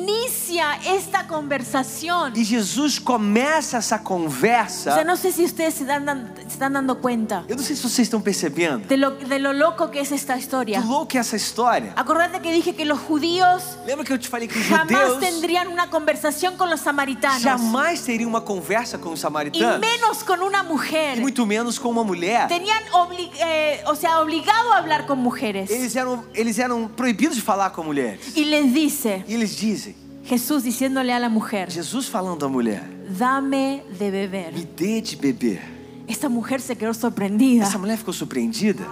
Speaker 2: inicia esta conversación.
Speaker 3: E Jesus começa essa
Speaker 2: O sea,
Speaker 3: conversa.
Speaker 2: no sé si ustedes se, dan- dan- se están dando cuenta
Speaker 3: Eu não sei se vocês estão percebendo.
Speaker 2: de lo, de lo loco que es esta historia.
Speaker 3: Que louco é essa história.
Speaker 2: Acordate que dije que los judíos
Speaker 3: Lembra que eu te falei que os
Speaker 2: jamás
Speaker 3: judeus
Speaker 2: tendrían una conversación con los samaritanos.
Speaker 3: jamais teriam uma conversa com os
Speaker 2: y
Speaker 3: samaritanos.
Speaker 2: menos con una
Speaker 3: E
Speaker 2: mujer.
Speaker 3: muito menos com uma mulher.
Speaker 2: Tenían obli- eh, o sea, obligado a hablar con mujeres.
Speaker 3: Eles eram, eles eram proibidos de falar com mulheres.
Speaker 2: Y les dice,
Speaker 3: E eles dizem,
Speaker 2: Jesús diciéndole a la mujer,
Speaker 3: Jesus falando à mulher,
Speaker 2: dame de beber.
Speaker 3: me dê de beber.
Speaker 2: Esta mujer se quedó sorprendida.
Speaker 3: Essa mulher ficou surpreendida.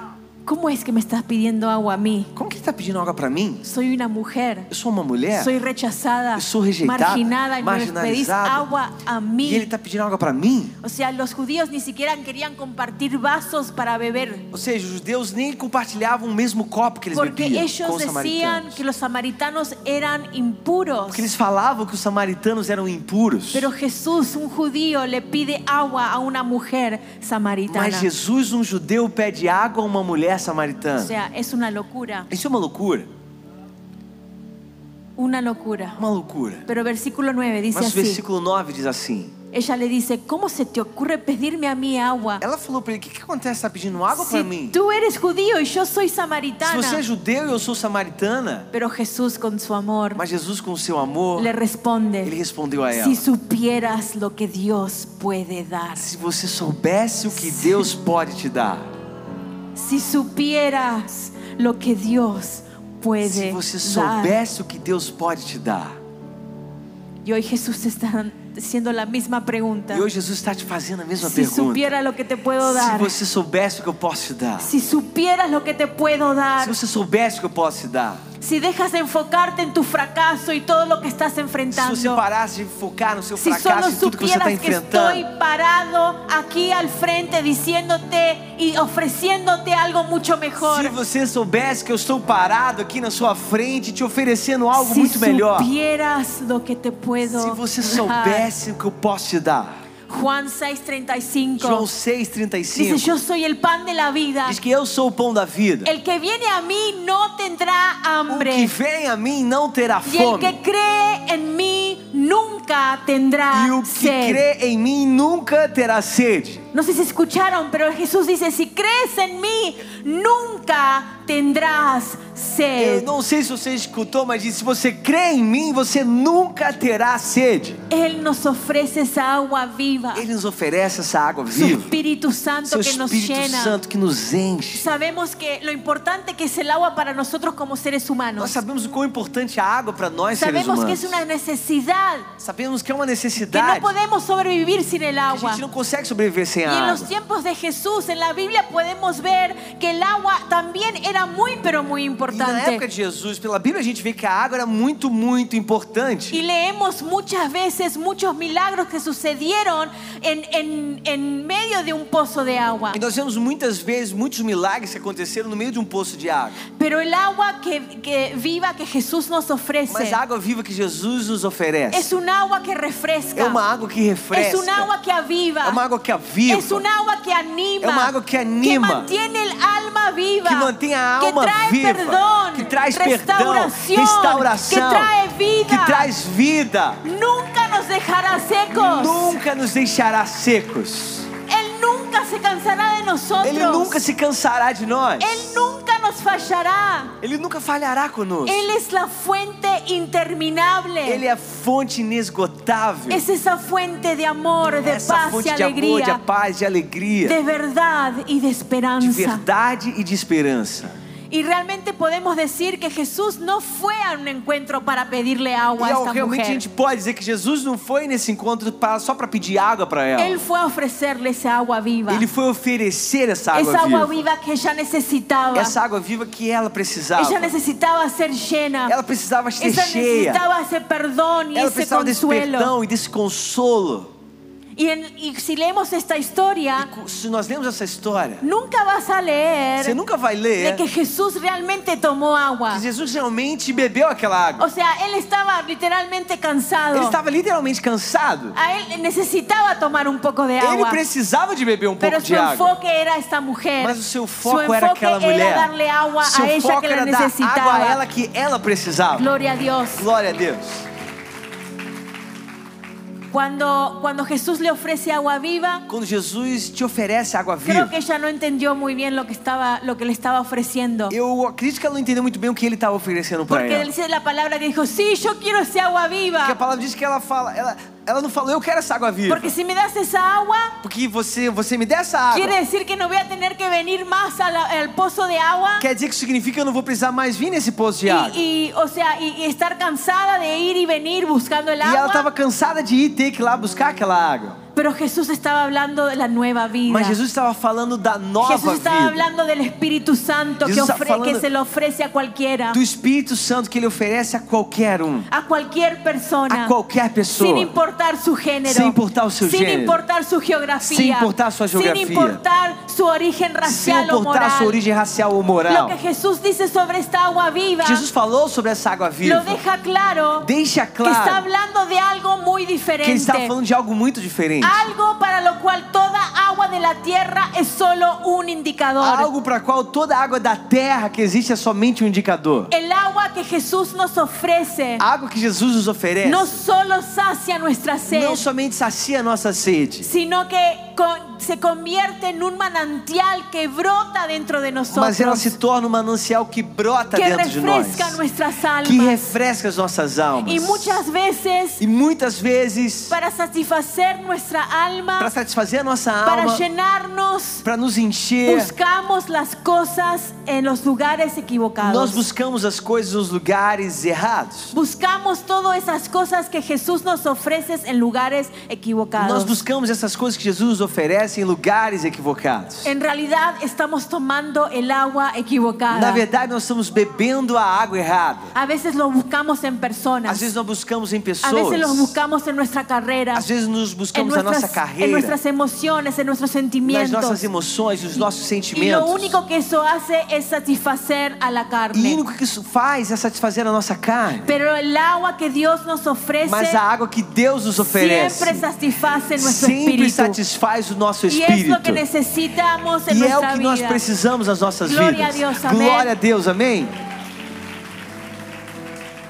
Speaker 2: ¿Cómo es que me estás pidiendo agua a mí?
Speaker 3: Como que ele tá pedindo água para mim?
Speaker 2: Soy una mujer.
Speaker 3: Eu sou uma mulher
Speaker 2: Soy rechazada,
Speaker 3: Eu sou rejeitada,
Speaker 2: marginada y me pedís
Speaker 3: marginalizada.
Speaker 2: agua a
Speaker 3: e ele
Speaker 2: mí.
Speaker 3: tá pedindo água para mim?
Speaker 2: O sea, los judíos ni siquiera querían compartir vasos para beber.
Speaker 3: Ou seja, os judeus nem compartilhavam o mesmo copo que eles
Speaker 2: Porque
Speaker 3: bebiam com
Speaker 2: ellos
Speaker 3: os
Speaker 2: decían
Speaker 3: samaritanos.
Speaker 2: que los samaritanos eran impuros.
Speaker 3: Porque eles falavam que os samaritanos eram impuros.
Speaker 2: Pero Jesús, un judío, le pide agua a una mujer samaritana.
Speaker 3: Mas Jesus, um judeu, pede água a uma mulher
Speaker 2: O
Speaker 3: samaritana.
Speaker 2: sea, es una locura,
Speaker 3: Isso é uma loucura.
Speaker 2: una locura.
Speaker 3: Uma loucura.
Speaker 2: Pero versículo 9 dice
Speaker 3: Mas o
Speaker 2: así.
Speaker 3: versículo 9 diz assim.
Speaker 2: Ella le dice, ¿cómo se te ocurre pedirme a mí agua?
Speaker 3: Ela falou para ele: O que, que acontece? Tá pedindo água para mim?
Speaker 2: Si tú eres judío y yo soy
Speaker 3: Se você é
Speaker 2: samaritana.
Speaker 3: judeu e eu sou samaritana,
Speaker 2: Pero Jesús con su amor
Speaker 3: mas Jesus, com o seu amor,
Speaker 2: le
Speaker 3: ele
Speaker 2: responde,
Speaker 3: respondeu a ela:
Speaker 2: si supieras lo que Dios puede dar,
Speaker 3: Se você soubesse o que Deus pode te dar,
Speaker 2: si supieras lo que Dios
Speaker 3: se
Speaker 2: puede
Speaker 3: você
Speaker 2: dar.
Speaker 3: soubesse o que Deus pode te dar.
Speaker 2: Y hoy Jesús está haciendo la misma pregunta.
Speaker 3: E hoje Jesus está te fazendo a mesma
Speaker 2: Si
Speaker 3: pergunta:
Speaker 2: supiera lo que te puedo
Speaker 3: Se
Speaker 2: dar.
Speaker 3: você soubesse o que eu posso te dar,
Speaker 2: Si
Speaker 3: se
Speaker 2: supieras lo que te puedo dar.
Speaker 3: você soubesse o que eu posso te dar,
Speaker 2: Si dejas de enfocarte en tu fracaso y todo lo que estás
Speaker 3: se
Speaker 2: enfrentando.
Speaker 3: você parasse de focar no seu
Speaker 2: Si solo
Speaker 3: fracasso e tudo que você está
Speaker 2: supieras que estoy
Speaker 3: enfrentando.
Speaker 2: parado aquí al frente diciéndote y ofreciéndote algo mucho
Speaker 3: Se
Speaker 2: mejor.
Speaker 3: você soubesse que eu estou parado aqui na sua frente, te oferecendo algo
Speaker 2: Si
Speaker 3: muito melhor.
Speaker 2: supieras lo que te puedo
Speaker 3: Se você
Speaker 2: dar.
Speaker 3: soubesse o que eu posso te dar.
Speaker 2: Juan 6:35
Speaker 3: João
Speaker 2: dice,
Speaker 3: 6,35
Speaker 2: yo soy el pan de la vida.
Speaker 3: diz que eu sou o pão da vida.
Speaker 2: El que viene a mí no tendrá
Speaker 3: O que
Speaker 2: hambre.
Speaker 3: vem a mim não terá
Speaker 2: Y el que
Speaker 3: fome.
Speaker 2: cree en mí nunca tendrá
Speaker 3: E o que
Speaker 2: sed.
Speaker 3: crê em mim nunca terá sede.
Speaker 2: No sé si escucharon, pero Jesús dice, si crees en mí, nunca tendrás
Speaker 3: Eu
Speaker 2: sed.
Speaker 3: não sei se você escutou, mas disse: se você crê em mim, você nunca terá sede.
Speaker 2: Él nos ofrece esa agua viva,
Speaker 3: Ele nos oferece essa água
Speaker 2: su
Speaker 3: viva,
Speaker 2: Espíritu Santo
Speaker 3: seu
Speaker 2: que nos
Speaker 3: Espírito
Speaker 2: llena.
Speaker 3: Santo que nos enche.
Speaker 2: Sabemos que lo importante que es el agua para nosotros como seres
Speaker 3: Nós
Speaker 2: humanos.
Speaker 3: sabemos o quão importante é a água para nós, seres
Speaker 2: Sabemos que
Speaker 3: humanos.
Speaker 2: es una necesidad,
Speaker 3: Sabemos que é uma
Speaker 2: que no
Speaker 3: necessidade.
Speaker 2: podemos sobrevivir sin el
Speaker 3: A
Speaker 2: agua.
Speaker 3: gente não consegue sobreviver sem
Speaker 2: Y
Speaker 3: a
Speaker 2: en
Speaker 3: água.
Speaker 2: los tiempos de Jesús, en la Biblia podemos ver que el agua también era muy, pero muy
Speaker 3: E na época
Speaker 2: importante.
Speaker 3: de Jesus, pela Bíblia a gente vê que a água era muito, muito importante.
Speaker 2: Y leemos muchas veces muchos milagros que sucedieron en, en- en medio de un pozo de agua.
Speaker 3: E nós vemos muitas vezes muitos milagres que aconteceram no meio de um poço de água.
Speaker 2: Pero el agua que, que viva que Jesús nos
Speaker 3: Mas
Speaker 2: ofrece
Speaker 3: a água viva que Jesus nos
Speaker 2: es
Speaker 3: oferece
Speaker 2: un agua que refresca,
Speaker 3: é uma água que
Speaker 2: es
Speaker 3: refresca,
Speaker 2: un agua que aviva,
Speaker 3: é uma água que aviva,
Speaker 2: es un agua que anima,
Speaker 3: É uma água que anima.
Speaker 2: que mantiene el alma viva,
Speaker 3: que mantém a alma
Speaker 2: que trae
Speaker 3: viva,
Speaker 2: perdón,
Speaker 3: que traz perdão,
Speaker 2: restauração,
Speaker 3: restauração,
Speaker 2: que trae vida,
Speaker 3: que traz vida.
Speaker 2: nunca nos dejará secos,
Speaker 3: Nunca nos deixará secos.
Speaker 2: Él nunca se cansará de nosotros,
Speaker 3: Ele nunca se cansará de nós.
Speaker 2: Él nunca nos fallará.
Speaker 3: Ele nunca falhará conosco.
Speaker 2: Él es la fuente interminable.
Speaker 3: Ele é a fonte inesgotável.
Speaker 2: es esa fuente de amor, é de
Speaker 3: Essa
Speaker 2: paz y
Speaker 3: fonte de amor, de
Speaker 2: alegría,
Speaker 3: paz, de alegria.
Speaker 2: de verdad y de
Speaker 3: de
Speaker 2: esperanza.
Speaker 3: verdade e de esperança.
Speaker 2: Y realmente podemos decir que Jesús no fue a un encuentro para pedirle agua
Speaker 3: E
Speaker 2: a
Speaker 3: ao-
Speaker 2: esta
Speaker 3: realmente a
Speaker 2: mujer.
Speaker 3: gente pode dizer que Jesus não foi nesse encontro pra- só para pedir água para ela.
Speaker 2: Él fue a ofrecerle esa agua viva.
Speaker 3: Ele foi oferecer essa água
Speaker 2: esa agua
Speaker 3: viva.
Speaker 2: viva que ella necesitaba.
Speaker 3: Essa água viva que ela precisava.
Speaker 2: Ella necesitaba ser llena.
Speaker 3: Ela precisava ser
Speaker 2: Ella
Speaker 3: cheia.
Speaker 2: necesitaba esse perdón y
Speaker 3: Ela
Speaker 2: esse
Speaker 3: precisava desse
Speaker 2: consuelo.
Speaker 3: perdão e desse consolo.
Speaker 2: Y, en- y si leemos esta historia,
Speaker 3: Se nós lemos essa história,
Speaker 2: nunca vas a
Speaker 3: você
Speaker 2: leer
Speaker 3: nunca vai
Speaker 2: de
Speaker 3: ler
Speaker 2: que Jesús realmente tomó agua.
Speaker 3: que Jesus realmente bebeu aquela água.
Speaker 2: O sea, él estaba literalmente
Speaker 3: Ele
Speaker 2: cansado.
Speaker 3: estava literalmente cansado.
Speaker 2: A él necesitava tomar un poco de
Speaker 3: Ele
Speaker 2: agua.
Speaker 3: precisava de beber um pouco
Speaker 2: Pero
Speaker 3: de
Speaker 2: su
Speaker 3: água.
Speaker 2: enfoque era esta mujer.
Speaker 3: Mas o seu
Speaker 2: su
Speaker 3: foco
Speaker 2: enfoque
Speaker 3: era aquela mulher.
Speaker 2: darle agua
Speaker 3: Seu
Speaker 2: a ella
Speaker 3: foco
Speaker 2: que la
Speaker 3: era dar água
Speaker 2: necesitaba.
Speaker 3: a ela que ela precisava.
Speaker 2: Gloria a Dios.
Speaker 3: Glória a Deus.
Speaker 2: Cuando, cuando Jesús le ofrece agua viva,
Speaker 3: Quando Jesus te oferece água viva,
Speaker 2: creo que ella no entendió muy bien lo que, estaba, lo que le estaba ofreciendo.
Speaker 3: eu acredito que ela não entendeu muito bem o que ele estava oferecendo para
Speaker 2: Porque
Speaker 3: ela.
Speaker 2: dice la palabra que dijo, sí, yo quiero ese agua
Speaker 3: Porque a
Speaker 2: viva.
Speaker 3: palavra diz que ela fala, ela, ela não falou, eu quero essa água viva.
Speaker 2: Porque si me das esa agua,
Speaker 3: Porque você, você me dá essa água.
Speaker 2: quiere decir que no voy a tener que venir más a la- al pozo de agua.
Speaker 3: Quer dizer que significa que eu não vou precisar mais vir nesse poço de água. E,
Speaker 2: Y, y, o sea, y, y estar cansada de ir y venir buscando el
Speaker 3: ela
Speaker 2: agua.
Speaker 3: estava cansada de ir ter que ir lá buscar aquela água.
Speaker 2: Pero Jesús estaba hablando de la nueva vida.
Speaker 3: Mas Jesus estava falando da nova
Speaker 2: Jesús estaba
Speaker 3: vida.
Speaker 2: hablando del Espíritu Santo que,
Speaker 3: Jesús está
Speaker 2: ofre-
Speaker 3: falando-
Speaker 2: que se le ofrece a cualquiera,
Speaker 3: Do Espírito Santo que ele oferece a qualquer um.
Speaker 2: a cualquier persona,
Speaker 3: A qualquer pessoa.
Speaker 2: sin importar su género,
Speaker 3: Sin importar su
Speaker 2: sin
Speaker 3: género.
Speaker 2: importar su geografía,
Speaker 3: Sin importar su geografía.
Speaker 2: sin importar su origen
Speaker 3: Sem
Speaker 2: racial o
Speaker 3: importar a
Speaker 2: moral.
Speaker 3: sua origem racial ou
Speaker 2: Lo
Speaker 3: moral.
Speaker 2: que é Jesús dice sobre esta agua viva
Speaker 3: Jesus falou sobre essa água
Speaker 2: lo
Speaker 3: viva.
Speaker 2: deja claro
Speaker 3: Deixa
Speaker 2: que está
Speaker 3: claro
Speaker 2: hablando de algo muy
Speaker 3: que ele
Speaker 2: diferente.
Speaker 3: estava falando de algo muito diferente.
Speaker 2: Algo para lo cual toda agua de la tierra es solo un indicador.
Speaker 3: Algo para qual toda a água da terra que existe é somente um indicador.
Speaker 2: El agua que Jesús nos ofrece
Speaker 3: A água que Jesus nos oferece
Speaker 2: no solo sacia nuestra sed,
Speaker 3: não somente sacia a nossa sede,
Speaker 2: sino que con- se convierte en un manantial que brota dentro de nosotros,
Speaker 3: mas ela se torna um manancial que brota
Speaker 2: que
Speaker 3: dentro de nós,
Speaker 2: refresca nuestras
Speaker 3: que
Speaker 2: almas.
Speaker 3: refresca as nossas almas.
Speaker 2: Y muchas veces,
Speaker 3: E muitas vezes,
Speaker 2: para satisfacer nuestra
Speaker 3: para
Speaker 2: alma,
Speaker 3: satisfazer a nossa
Speaker 2: para
Speaker 3: alma,
Speaker 2: llenarnos,
Speaker 3: para nos encher,
Speaker 2: buscamos las cosas en los lugares
Speaker 3: nós
Speaker 2: equivocados.
Speaker 3: buscamos as coisas nos lugares errados.
Speaker 2: Buscamos todas esas cosas que Jesús nos ofrece en lugares
Speaker 3: Nós
Speaker 2: equivocados.
Speaker 3: buscamos essas coisas que Jesus nos oferece em lugares equivocados.
Speaker 2: En realidad estamos tomando el agua
Speaker 3: Na
Speaker 2: equivocada.
Speaker 3: verdade, nós estamos bebendo a água errada.
Speaker 2: A veces lo buscamos en
Speaker 3: Às
Speaker 2: personas.
Speaker 3: vezes nós buscamos em
Speaker 2: A veces los
Speaker 3: pessoas.
Speaker 2: buscamos en nuestra carrera,
Speaker 3: Às vezes nos
Speaker 2: en
Speaker 3: buscamos na nossa
Speaker 2: nuestras, en
Speaker 3: carreira,
Speaker 2: nuestras emociones, en nuestros
Speaker 3: nas nossas
Speaker 2: sentimientos.
Speaker 3: emoções, nos nossos
Speaker 2: Y lo
Speaker 3: sentimentos.
Speaker 2: único que eso hace es satisfacer a la
Speaker 3: E o
Speaker 2: carne.
Speaker 3: único que isso faz é satisfazer a nossa carne.
Speaker 2: Pero el agua que Dios nos
Speaker 3: Mas
Speaker 2: ofrece
Speaker 3: a água que Deus nos oferece
Speaker 2: siempre satisface nuestro
Speaker 3: sempre
Speaker 2: espíritu.
Speaker 3: satisfaz o nosso
Speaker 2: Y es
Speaker 3: espírito.
Speaker 2: lo é que necesitamos en
Speaker 3: E é o
Speaker 2: nuestra
Speaker 3: que nós
Speaker 2: vida.
Speaker 3: precisamos nas nossas
Speaker 2: Glória a
Speaker 3: vidas.
Speaker 2: Deus, amém.
Speaker 3: Glória a Deus, amém?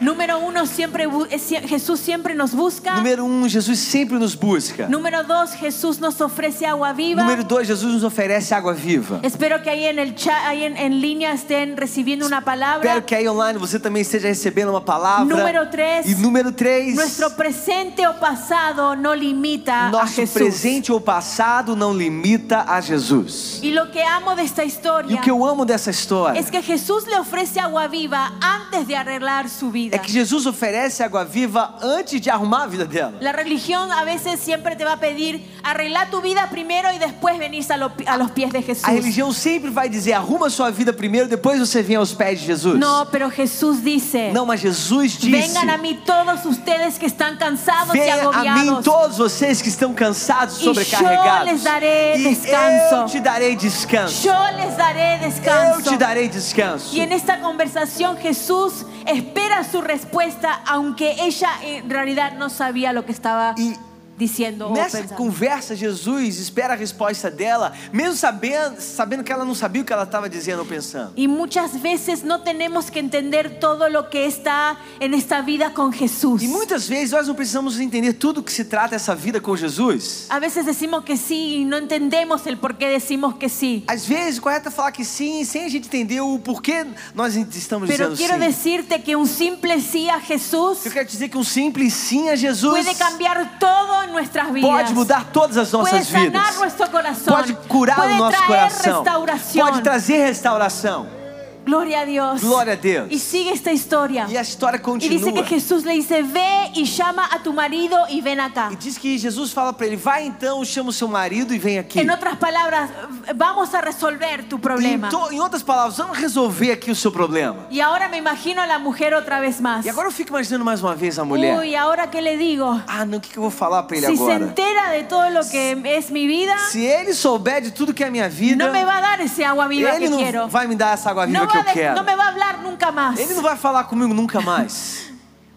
Speaker 2: Número uno, siempre bu- es sie- Jesús siempre nos busca.
Speaker 3: Número um, Jesus sempre nos busca.
Speaker 2: Número dos, Jesús nos ofrece agua viva.
Speaker 3: Número dois, Jesus nos oferece água viva.
Speaker 2: Espero que ahí en el chat, ahí en, en línea estén recibiendo una palabra.
Speaker 3: Espero que aí online você também esteja recebendo uma palavra.
Speaker 2: Número três.
Speaker 3: E número 3.
Speaker 2: Nuestro presente o pasado no limita a
Speaker 3: Nosso
Speaker 2: Jesús.
Speaker 3: presente ou passado não limita a Jesus.
Speaker 2: Y lo que amo de esta
Speaker 3: E
Speaker 2: historia
Speaker 3: o que eu amo dessa história
Speaker 2: es que Jesús le ofrece agua viva antes de arreglar su vida.
Speaker 3: é que Jesus oferece água viva antes de arrumar a vida dela.
Speaker 2: La religión a veces siempre te va a pedir arreglar tu vida primero y después venís a, lo- a los pies de Jesús.
Speaker 3: A religião sempre vai dizer: arruma sua vida primeiro, depois você vem aos pés de Jesus.
Speaker 2: No, pero Jesús dice,
Speaker 3: Não, mas Jesus disse:
Speaker 2: vengan a mí todos ustedes que están cansados y
Speaker 3: Venha a mim
Speaker 2: agobiados.
Speaker 3: todos vocês que estão cansados,
Speaker 2: E eu
Speaker 3: sobrecarregados.
Speaker 2: lhes darei
Speaker 3: e
Speaker 2: descanso.
Speaker 3: eu te darei descanso.
Speaker 2: Yo les daré
Speaker 3: Eu
Speaker 2: descanso.
Speaker 3: te darei descanso.
Speaker 2: Y en esta conversación Jesús espera su respuesta, aunque ella en realidad no sabía lo que estaba
Speaker 3: E
Speaker 2: diciendo o
Speaker 3: Nessa
Speaker 2: pensando.
Speaker 3: conversa, Jesus espera a resposta dela, mesmo sabendo, sabendo que ela não sabia o que ela estava dizendo ou pensando.
Speaker 2: Y muchas veces no tenemos que entender todo lo que está en esta vida con Jesús.
Speaker 3: E muitas vezes nós não precisamos entender tudo que se trata essa vida com Jesus.
Speaker 2: A veces decimos que sí y no entendemos el por qué decimos que sí.
Speaker 3: Às vezes, o correto é falar que sim, sem a gente entender o porquê nós estamos
Speaker 2: Pero
Speaker 3: dizendo
Speaker 2: quiero
Speaker 3: sim.
Speaker 2: decirte que un simple sí a Jesús
Speaker 3: Eu quero dizer que um simples sim a Jesus
Speaker 2: puede cambiar todo en nuestras vidas.
Speaker 3: pode mudar todas as
Speaker 2: Puede
Speaker 3: nossas vidas.
Speaker 2: sanar nuestro corazón.
Speaker 3: Pode curar
Speaker 2: puede
Speaker 3: o nosso
Speaker 2: traer
Speaker 3: coração.
Speaker 2: restauración.
Speaker 3: Pode trazer restauração.
Speaker 2: Gloria a Dios.
Speaker 3: Glória a Deus.
Speaker 2: Y sigue esta historia.
Speaker 3: E a história
Speaker 2: Y dice que
Speaker 3: continua.
Speaker 2: Jesús le dice, ve y llama a tu marido y ven acá.
Speaker 3: E diz que Jesus fala para ele: vai então, chama o seu marido e vem aqui.
Speaker 2: En otras palabras, vamos a resolver tu problema.
Speaker 3: Então, em outras palavras, vamos resolver aqui o seu problema.
Speaker 2: Y ahora me imagino a la mujer otra vez más.
Speaker 3: E agora eu fico imaginando mais uma vez a mulher.
Speaker 2: Uy, ahora qué le digo?
Speaker 3: Ah, não, o que, que eu vou falar para ele
Speaker 2: Si se
Speaker 3: agora?
Speaker 2: entera de todo lo que es mi vida,
Speaker 3: Se ele souber de tudo que é a minha vida,
Speaker 2: no me va a dar ese agua viva
Speaker 3: ele
Speaker 2: que
Speaker 3: não
Speaker 2: quiero.
Speaker 3: vai me dar essa água viva
Speaker 2: No, va
Speaker 3: que eu
Speaker 2: a de-
Speaker 3: quero.
Speaker 2: no me va a hablar nunca más.
Speaker 3: Ele não vai falar comigo nunca mais.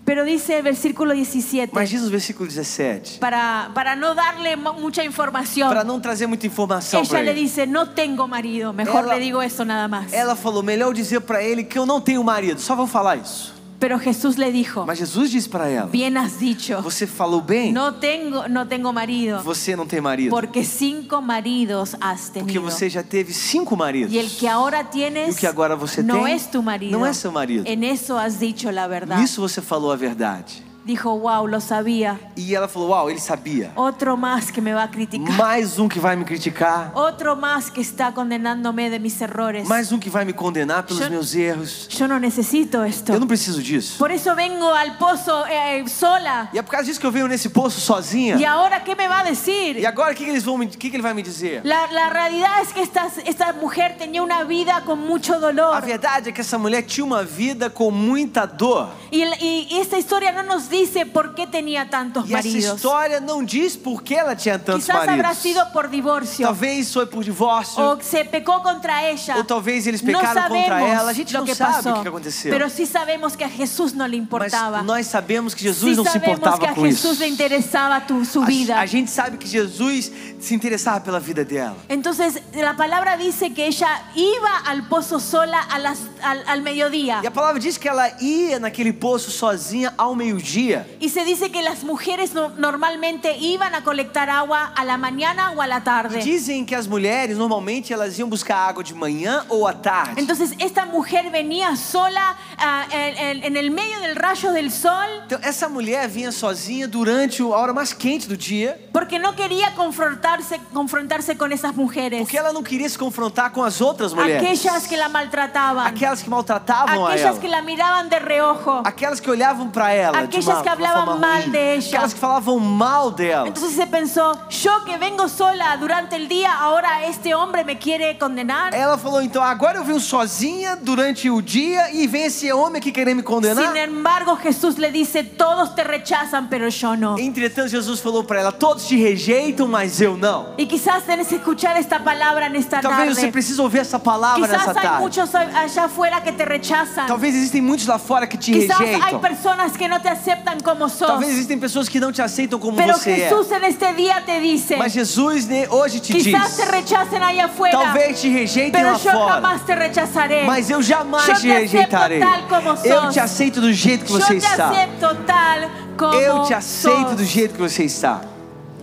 Speaker 2: Pero dice el versículo 17,
Speaker 3: Mas diz o versículo 17.
Speaker 2: para, para no darle mu- mucha información,
Speaker 3: Para não trazer muita informação
Speaker 2: ella
Speaker 3: para
Speaker 2: le
Speaker 3: ele.
Speaker 2: dice, no tengo marido, mejor
Speaker 3: Ela-
Speaker 2: le digo eso nada más.
Speaker 3: Ela falou: melhor eu dizer para ele que eu não tenho marido. Só vou falar isso.
Speaker 2: Pero Jesús le dijo,
Speaker 3: Mas Jesus disse para ela:
Speaker 2: bien has dicho,
Speaker 3: você falou bem,
Speaker 2: no tengo, no tengo marido,
Speaker 3: você não tem marido.
Speaker 2: porque cinco maridos has
Speaker 3: Porque
Speaker 2: tenido.
Speaker 3: você já teve cinco maridos.
Speaker 2: Y el que ahora tienes
Speaker 3: E o que agora você
Speaker 2: no
Speaker 3: tem
Speaker 2: es tu marido.
Speaker 3: não é seu marido.
Speaker 2: En eso has dicho la verdad.
Speaker 3: Nisso você falou a verdade.
Speaker 2: Dijo, wow, lo sabía.
Speaker 3: E ela falou: uau, ele sabia.
Speaker 2: Otro más que me va a criticar.
Speaker 3: Mais um que vai me criticar.
Speaker 2: Otro más que está condenándome de mis errores.
Speaker 3: Mais um que vai me condenar pelos
Speaker 2: Yo-
Speaker 3: meus erros.
Speaker 2: Yo no necesito esto.
Speaker 3: Eu não preciso disso.
Speaker 2: Por eso vengo al pozo eh, sola.
Speaker 3: E é por causa disso que eu venho nesse poço sozinha.
Speaker 2: ¿Y ahora qué me va a decir?
Speaker 3: E agora o que, que eles vão me, o que, que ele vai me dizer?
Speaker 2: La, la realidad es que esta, esta mujer tenía una vida con mucho
Speaker 3: A
Speaker 2: dolor.
Speaker 3: verdade é que essa mulher tinha uma vida com muita dor.
Speaker 2: Y, el- y- y esta historia no nos dice por qué tenía tantos
Speaker 3: E essa
Speaker 2: maridos.
Speaker 3: história não diz por que ela tinha tantos
Speaker 2: Quizás habrá
Speaker 3: maridos.
Speaker 2: sido por divorcio.
Speaker 3: Talvez foi por divórcio.
Speaker 2: o se pecó contra ella.
Speaker 3: Ou talvez eles
Speaker 2: no
Speaker 3: pecaram
Speaker 2: sabemos
Speaker 3: contra ela. A gente
Speaker 2: lo
Speaker 3: não
Speaker 2: que
Speaker 3: sabe
Speaker 2: pasó,
Speaker 3: o que aconteceu.
Speaker 2: Pero sí sabemos que a Jesús no le
Speaker 3: Mas
Speaker 2: importaba.
Speaker 3: nós sabemos que Jesus
Speaker 2: sí
Speaker 3: não se
Speaker 2: sabemos que
Speaker 3: importava
Speaker 2: a é
Speaker 3: com isso.
Speaker 2: Jesús le interesaba tu, su vida.
Speaker 3: A, a gente sabe que Jesus se interessava pela vida dela.
Speaker 2: Entonces la palabra dice que ella iba al pozo sola a las- al, al mediodía.
Speaker 3: E a palavra diz que ela ia naquele poço sozinha ao meio-dia.
Speaker 2: Y se dice que las mujeres no- normalmente iban a colectar agua a la mañana o a la tarde.
Speaker 3: Dizem que as mulheres normalmente elas iam buscar água de manhã ou à tarde.
Speaker 2: Entonces esta mujer venía sola ah, en- en- en el medio del rayo del sol
Speaker 3: Então, essa mulher vinha sozinha durante a hora mais quente do dia,
Speaker 2: Porque no quería confrontarse, confrontarse con esas mujeres.
Speaker 3: porque ela não queria se confrontar com as outras mulheres.
Speaker 2: Aquellas que la maltrataban.
Speaker 3: Aquelas que maltratavam a
Speaker 2: Aquellas
Speaker 3: ela.
Speaker 2: que la miraban de reojo.
Speaker 3: Aquelas que olhavam pra ela de
Speaker 2: Aquellas
Speaker 3: uma,
Speaker 2: que
Speaker 3: de uma forma
Speaker 2: hablavam mal Então,
Speaker 3: ruim.
Speaker 2: de ella.
Speaker 3: Aquelas que falavam mal dela.
Speaker 2: Entonces se pensó, yo que vengo sola durante el día, ahora este hombre me quiere condenar.
Speaker 3: Ela falou então, agora eu venho sozinha durante o dia e vem esse homem aqui querer me condenar.
Speaker 2: Sin embargo, Jesús le dice, todos te rechazan, pero yo no.
Speaker 3: Entretanto, Jesus falou pra ela: todos te rejeitam, mas eu não.
Speaker 2: Y quizás tenés que escuchar esta palabra en esta
Speaker 3: Talvez você
Speaker 2: tarde.
Speaker 3: precise ouvir essa palavra nessa
Speaker 2: né? Quizás hay
Speaker 3: tarde.
Speaker 2: muchos allá afuera que te rechazan.
Speaker 3: Talvez existem muitos lá fora que te
Speaker 2: Quizás hay
Speaker 3: rejeitam.
Speaker 2: personas que no te aceptan como sos.
Speaker 3: Talvez existem pessoas que não te aceitam como
Speaker 2: Pero
Speaker 3: você é.
Speaker 2: Jesús en este día te dice,
Speaker 3: Mas Jesus né, hoje te diz:
Speaker 2: quizás te rechacen allá afuera,
Speaker 3: talvez te rejeitem
Speaker 2: pero
Speaker 3: lá
Speaker 2: yo
Speaker 3: fora,
Speaker 2: jamás te rechazaré.
Speaker 3: mas eu
Speaker 2: Yo
Speaker 3: jamais
Speaker 2: te
Speaker 3: te
Speaker 2: acepto
Speaker 3: rejeitarei.
Speaker 2: tal como
Speaker 3: Eu
Speaker 2: sos.
Speaker 3: te aceito do jeito que
Speaker 2: yo
Speaker 3: você
Speaker 2: te
Speaker 3: está.
Speaker 2: acepto tal como
Speaker 3: Eu te aceito
Speaker 2: sos.
Speaker 3: do jeito que você está.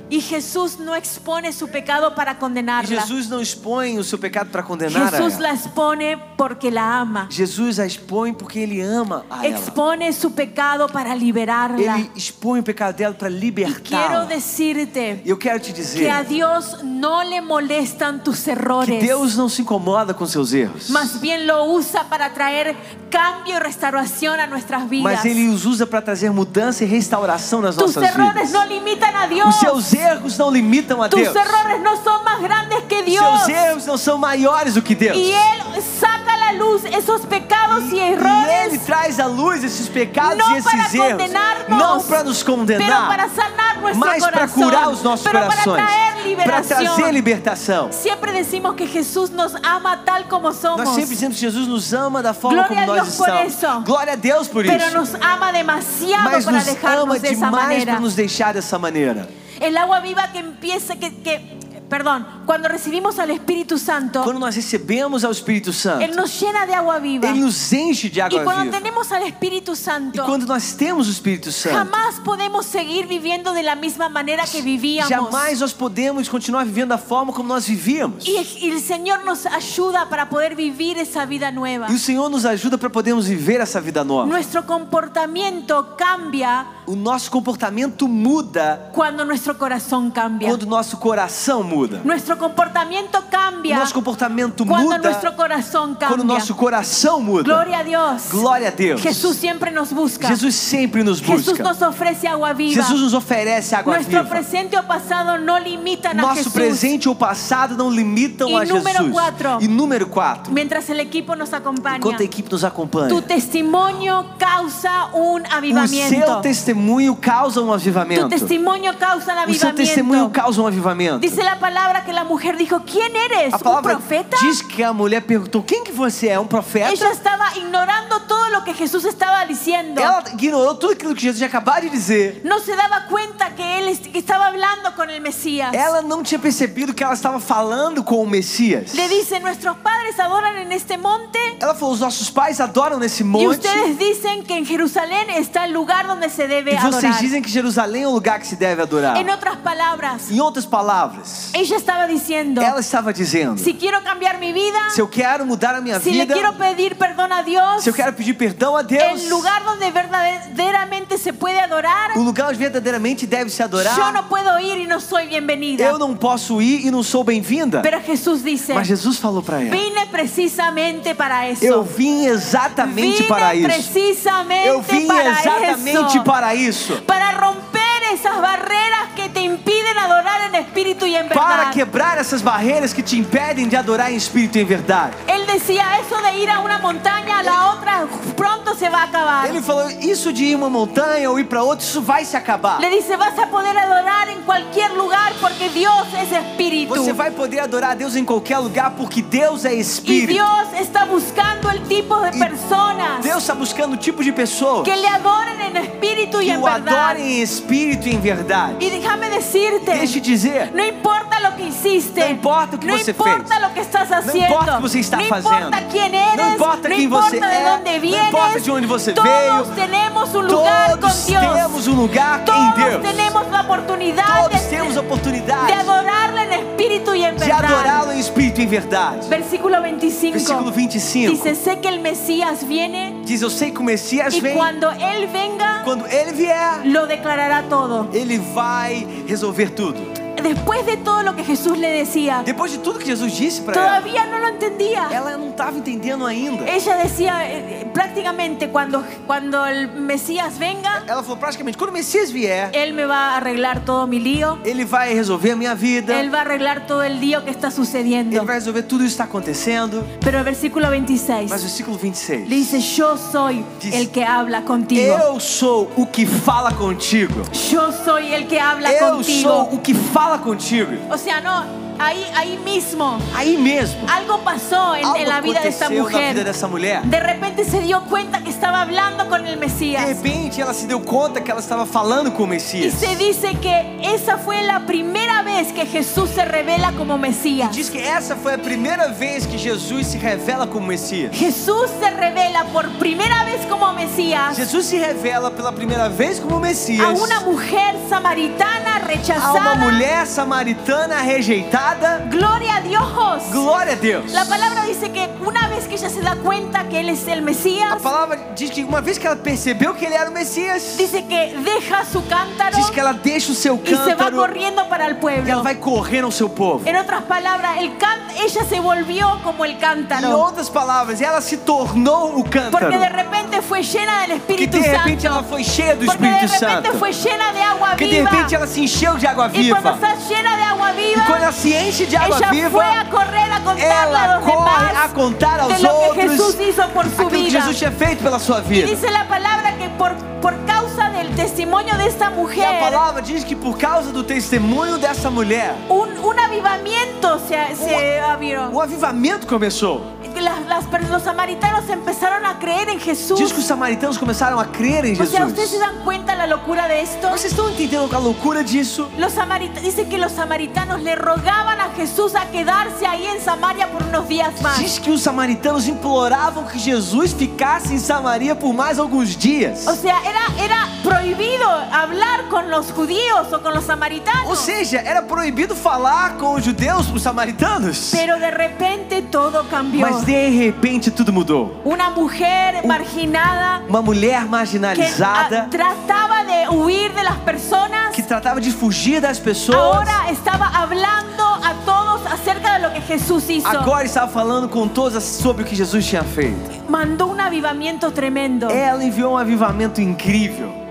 Speaker 2: Y Jesús no expone su pecado para
Speaker 3: E
Speaker 2: condenarla.
Speaker 3: Jesus não expõe o seu pecado para condenar a
Speaker 2: Jesús
Speaker 3: ela.
Speaker 2: la expone porque la ama.
Speaker 3: Jesus a expõe porque ele ama a ela.
Speaker 2: Expone su pecado para liberarla.
Speaker 3: Ele expõe o pecado dela para
Speaker 2: Y quiero
Speaker 3: libertá-la.
Speaker 2: decirte
Speaker 3: E eu quero te dizer
Speaker 2: que é a Dios no le molestan tus
Speaker 3: que
Speaker 2: errores.
Speaker 3: Deus não se incomoda com seus erros,
Speaker 2: Más bien lo usa para traer cambio y restauración a nuestras vidas.
Speaker 3: mas Ele os usa para trazer mudança e restauração nas
Speaker 2: Tus
Speaker 3: nossas
Speaker 2: errores
Speaker 3: vidas.
Speaker 2: no limitan a Dios.
Speaker 3: Os seus erros não limitam a
Speaker 2: Tus
Speaker 3: Deus.
Speaker 2: errores no son más grandes que Dios.
Speaker 3: Seus erros não são maiores do que Deus.
Speaker 2: Y Él saca a la luz esos pecados y
Speaker 3: E Ele
Speaker 2: errores,
Speaker 3: traz à luz esses pecados
Speaker 2: Não
Speaker 3: e esses
Speaker 2: para
Speaker 3: erros,
Speaker 2: condenar-nos,
Speaker 3: não para nos
Speaker 2: pero para
Speaker 3: condenar,
Speaker 2: sanar nuestro
Speaker 3: mas para
Speaker 2: corazón,
Speaker 3: curar os nossos
Speaker 2: pero para
Speaker 3: corações,
Speaker 2: traer
Speaker 3: para
Speaker 2: liberación.
Speaker 3: trazer libertação.
Speaker 2: Siempre decimos que Jesús nos ama tal como somos,
Speaker 3: Nós sempre dizemos que Jesus nos ama da forma
Speaker 2: Glória
Speaker 3: como
Speaker 2: a
Speaker 3: nós
Speaker 2: Deus por
Speaker 3: estamos.
Speaker 2: isso.
Speaker 3: Glória a Deus por
Speaker 2: pero
Speaker 3: isso.
Speaker 2: nos ama demasiado
Speaker 3: Mas
Speaker 2: para
Speaker 3: nos ama
Speaker 2: dejarnos de esa
Speaker 3: demais
Speaker 2: manera.
Speaker 3: para nos deixar dessa maneira.
Speaker 2: El agua viva que empieza, que, que- perdón, cuando recibimos al Espíritu Santo,
Speaker 3: Quando nós recebemos ao Espírito
Speaker 2: Él
Speaker 3: Santo,
Speaker 2: Oh. nos llena de agua viva.
Speaker 3: Ele nos enche de
Speaker 2: Y
Speaker 3: água
Speaker 2: cuando
Speaker 3: viva.
Speaker 2: tenemos al Espíritu
Speaker 3: E
Speaker 2: Santo,
Speaker 3: quando nós temos o Espírito Santo,
Speaker 2: jamás podemos seguir viviendo de la misma manera que vivíamos.
Speaker 3: jamais nós podemos continuar vivendo da forma como nós vivíamos.
Speaker 2: Y el, y el Señor nos ayuda para poder vivir esa vida nueva.
Speaker 3: E o Senhor nos ajuda para podermos viver essa vida nova.
Speaker 2: Nuestro comportamiento cambia
Speaker 3: O nosso comportamento muda
Speaker 2: cuando nuestro corazón cambia.
Speaker 3: quando o nosso coração muda.
Speaker 2: Nuestro comportamiento cambia
Speaker 3: Nosso comportamento
Speaker 2: cuando
Speaker 3: muda
Speaker 2: nuestro corazón cambia.
Speaker 3: quando o nosso coração muda.
Speaker 2: Gloria a Dios.
Speaker 3: Glória a Deus.
Speaker 2: Jesús siempre nos busca.
Speaker 3: Jesus sempre nos
Speaker 2: Jesús
Speaker 3: busca.
Speaker 2: nos ofrece agua viva.
Speaker 3: Jesus nos oferece água
Speaker 2: Nuestro
Speaker 3: viva.
Speaker 2: presente o pasado no limitan a
Speaker 3: Nosso
Speaker 2: Jesús.
Speaker 3: presente ou passado não limitam
Speaker 2: E
Speaker 3: a
Speaker 2: número
Speaker 3: Jesus.
Speaker 2: quatro.
Speaker 3: E número 4.
Speaker 2: Mientras el equipo nos acompaña,
Speaker 3: Enquanto a equipe nos acompanha,
Speaker 2: tu testimonio causa un
Speaker 3: o seu
Speaker 2: avivamiento.
Speaker 3: testemunho causa um
Speaker 2: Tu
Speaker 3: avivamento.
Speaker 2: testimonio causa un
Speaker 3: O seu testemunho
Speaker 2: avivamiento.
Speaker 3: causa um avivamento.
Speaker 2: Dice la palabra que la mujer dijo, ¿quién eres?
Speaker 3: a
Speaker 2: ¿Un
Speaker 3: palavra
Speaker 2: profeta?
Speaker 3: diz que a mulher perguntou: Quem que você é? Um profeta?
Speaker 2: Ella estaba ignorando todo lo que Jesús estaba diciendo.
Speaker 3: Ela ignorou tudo aquilo que Jesus tinha acabado de dizer.
Speaker 2: No se daba cuenta que él est- que estaba hablando con el Mesías.
Speaker 3: Ela não tinha percebido que ela estava falando com o Messias.
Speaker 2: Le dice, nuestros padres adoran en este monte
Speaker 3: Ela falou: Os nossos pais adoram nesse
Speaker 2: y
Speaker 3: monte.
Speaker 2: ustedes dicen que en Jerusalén está el lugar donde se debe
Speaker 3: E vocês
Speaker 2: adorar.
Speaker 3: dizem que Jerusalém é o lugar que se deve adorar.
Speaker 2: En otras palabras,
Speaker 3: Em outras palavras,
Speaker 2: ella estaba diciendo,
Speaker 3: ela estava dizendo:
Speaker 2: si quiero cambiar mi vida,
Speaker 3: Se eu quero mudar a minha
Speaker 2: si le
Speaker 3: vida,
Speaker 2: quiero pedir perdón a Dios,
Speaker 3: se eu quero pedir perdão a Deus,
Speaker 2: el lugar donde verdaderamente se puede adorar,
Speaker 3: o lugar onde verdadeiramente deve se adorar,
Speaker 2: yo no puedo ir y no soy bienvenida.
Speaker 3: eu não posso ir e não sou bem-vinda.
Speaker 2: Pero Jesús dice,
Speaker 3: Mas Jesus falou para ela:
Speaker 2: vine precisamente para
Speaker 3: Eu
Speaker 2: eso.
Speaker 3: vim exatamente
Speaker 2: Vine
Speaker 3: para isso.
Speaker 2: precisamente
Speaker 3: Eu vim
Speaker 2: é para
Speaker 3: exatamente
Speaker 2: eso.
Speaker 3: para isso.
Speaker 2: para romper esas barreras que te impiden adorar en espíritu y en
Speaker 3: Para
Speaker 2: verdad.
Speaker 3: quebrar essas barreiras que te impedem de adorar em espírito e em verdade.
Speaker 2: Él decía, eso de ir a una montaña a la otra pronto se va a acabar.
Speaker 3: Ele falou: Isso de ir uma montanha ou ir para outra, isso vai se acabar.
Speaker 2: Le dice, vas a poder adorar en cualquier lugar porque Dios es espíritu.
Speaker 3: Você vai poder adorar a Deus em qualquer lugar porque Deus é
Speaker 2: Y
Speaker 3: espírito.
Speaker 2: Dios está buscando el tipo de
Speaker 3: Y
Speaker 2: personas
Speaker 3: Deus está buscando o tipo de pessoa
Speaker 2: que é le adoren en espíritu y
Speaker 3: que
Speaker 2: en
Speaker 3: o
Speaker 2: verdad.
Speaker 3: adorem em espírito e em verdade.
Speaker 2: Y déjame decirte,
Speaker 3: Deixa eu dizer,
Speaker 2: No importa lo que hiciste.
Speaker 3: Não importa o que
Speaker 2: No
Speaker 3: você
Speaker 2: importa
Speaker 3: fez.
Speaker 2: lo que estás
Speaker 3: Não
Speaker 2: haciendo.
Speaker 3: importa o que você está
Speaker 2: No
Speaker 3: fazendo.
Speaker 2: importa quién eres.
Speaker 3: Não importa
Speaker 2: no
Speaker 3: quem
Speaker 2: importa
Speaker 3: você
Speaker 2: de
Speaker 3: é.
Speaker 2: dónde
Speaker 3: Não
Speaker 2: vienes.
Speaker 3: importa de onde você
Speaker 2: Todos
Speaker 3: veio.
Speaker 2: tenemos un lugar
Speaker 3: todos
Speaker 2: con Dios.
Speaker 3: temos um lugar
Speaker 2: Todos
Speaker 3: em Deus.
Speaker 2: tenemos la oportunidad
Speaker 3: Todos
Speaker 2: de,
Speaker 3: temos a
Speaker 2: de
Speaker 3: oportunidade
Speaker 2: adorarle en espíritu y en
Speaker 3: de
Speaker 2: verdad.
Speaker 3: adorá-lo em espírito e em verdade.
Speaker 2: Versículo 25.
Speaker 3: Versículo 25
Speaker 2: Dice, sé que el Mesías viene
Speaker 3: diz: Eu sei que o Messias
Speaker 2: y
Speaker 3: vem.
Speaker 2: cuando Él venga,
Speaker 3: Quando ele vier,
Speaker 2: lo declarará todo.
Speaker 3: ele vai resolver tudo.
Speaker 2: Después de todo lo que Jesús le decía,
Speaker 3: Depois de tudo que Jesus disse para ela,
Speaker 2: todavía no lo entendía.
Speaker 3: ela não estava entendendo ainda.
Speaker 2: Ella decía eh, eh, prácticamente cuando, cuando el Mesías venga,
Speaker 3: Ela falou praticamente: quando o Messias vier,
Speaker 2: Él me va a arreglar todo mi lío,
Speaker 3: ele vai resolver a minha vida,
Speaker 2: Él va a arreglar todo el lío que está
Speaker 3: ele
Speaker 2: sucediendo.
Speaker 3: vai resolver tudo isso que está acontecendo.
Speaker 2: Pero el versículo
Speaker 3: Mas
Speaker 2: 26
Speaker 3: versículo
Speaker 2: le
Speaker 3: 26:
Speaker 2: dice, yo soy
Speaker 3: Dice,
Speaker 2: el que habla contigo.
Speaker 3: Eu sou o que fala contigo.
Speaker 2: Yo soy el que habla
Speaker 3: Eu
Speaker 2: contigo.
Speaker 3: sou o que fala contigo.
Speaker 2: O sea, no, ahí, ahí mismo
Speaker 3: Aí mesmo,
Speaker 2: algo pasó en,
Speaker 3: algo
Speaker 2: en la vida de esta
Speaker 3: aconteceu na vida
Speaker 2: mujer.
Speaker 3: dessa mulher.
Speaker 2: De repente se dio cuenta que estaba hablando con el
Speaker 3: De
Speaker 2: Mesías.
Speaker 3: repente ela se deu conta que ela estava falando com o
Speaker 2: Y
Speaker 3: Messias.
Speaker 2: se dice que esa fue la primera vez que Jesús se revela como Mesías.
Speaker 3: Diz que essa foi a primeira vez que Jesus se revela como Messias.
Speaker 2: Jesús se revela por primera vez como Mesías
Speaker 3: Jesus se revela pela primeira vez como
Speaker 2: a
Speaker 3: Messias
Speaker 2: una mujer samaritana
Speaker 3: a uma
Speaker 2: rechazada.
Speaker 3: mulher samaritana rejeitada.
Speaker 2: Gloria a Dios.
Speaker 3: Glória a Deus.
Speaker 2: La palabra dice que una vez que ella se da cuenta que él es el
Speaker 3: A
Speaker 2: Mesías,
Speaker 3: palavra diz que uma vez que ela percebeu que ele era o Messias,
Speaker 2: dice que deja su cántaro
Speaker 3: diz que ela deixa o seu
Speaker 2: y se va
Speaker 3: cântaro
Speaker 2: corriendo para el
Speaker 3: e ela
Speaker 2: pueblo.
Speaker 3: vai correr ao seu povo.
Speaker 2: En otras palabras, el can- ella se volvió como el
Speaker 3: Em
Speaker 2: cántaro.
Speaker 3: outras palavras, ela se tornou o cântaro.
Speaker 2: Porque de repente fue llena del
Speaker 3: Que
Speaker 2: Espíritu
Speaker 3: de repente ela
Speaker 2: Santo.
Speaker 3: foi cheia do
Speaker 2: Porque de
Speaker 3: Espírito
Speaker 2: repente
Speaker 3: Santo.
Speaker 2: fue llena de agua
Speaker 3: Que de
Speaker 2: viva.
Speaker 3: repente ela se encheu de água
Speaker 2: y cuando
Speaker 3: viva.
Speaker 2: estás llena de agua
Speaker 3: E
Speaker 2: viva,
Speaker 3: quando ela se enche de água
Speaker 2: ella fue a
Speaker 3: viva,
Speaker 2: correr a contarle a
Speaker 3: ela
Speaker 2: los
Speaker 3: corre a
Speaker 2: demás
Speaker 3: contar
Speaker 2: de
Speaker 3: aos
Speaker 2: lo que
Speaker 3: outros
Speaker 2: Jesús hizo por su
Speaker 3: aquilo que
Speaker 2: vida.
Speaker 3: Jesus tinha feito pela sua vida.
Speaker 2: Dice la palabra que por, por causa del testimonio de esta
Speaker 3: E a
Speaker 2: mujer,
Speaker 3: palavra diz que por causa do testemunho dessa mulher,
Speaker 2: un, un avivamiento se, se abrió.
Speaker 3: o avivamento começou.
Speaker 2: Las, las per- los samaritanos empezaron a creer en Jesús.
Speaker 3: Diz que os samaritanos começaram a crer em
Speaker 2: O sea, ¿ustedes se
Speaker 3: Jesus.
Speaker 2: dan cuenta la locura de esto?
Speaker 3: Vocês estão entendendo a loucura disso?
Speaker 2: Los samarita- dice que los samaritanos le rogaban a Jesús a quedarse ahí en Samaria por unos días más.
Speaker 3: Diz que os samaritanos imploravam que Jesus ficasse em Samaria por mais alguns dias.
Speaker 2: O sea, era, era prohibido hablar con los judíos o con los
Speaker 3: Ou
Speaker 2: samaritanos.
Speaker 3: seja, era proibido falar com os judeus, os samaritanos.
Speaker 2: Pero de repente todo cambió.
Speaker 3: Mas de de repente tudo mudou.
Speaker 2: Una mujer marginada
Speaker 3: Uma mulher
Speaker 2: que ah,
Speaker 3: marginalizada
Speaker 2: trataba de huir de las personas,
Speaker 3: que tratava de fugir das pessoas,
Speaker 2: ahora estaba hablando a todos acerca de lo que Jesús hizo.
Speaker 3: agora estava falando com todas sobre o que Jesus tinha feito.
Speaker 2: Mandó un avivamiento tremendo.
Speaker 3: Ela enviou um avivamento incrível.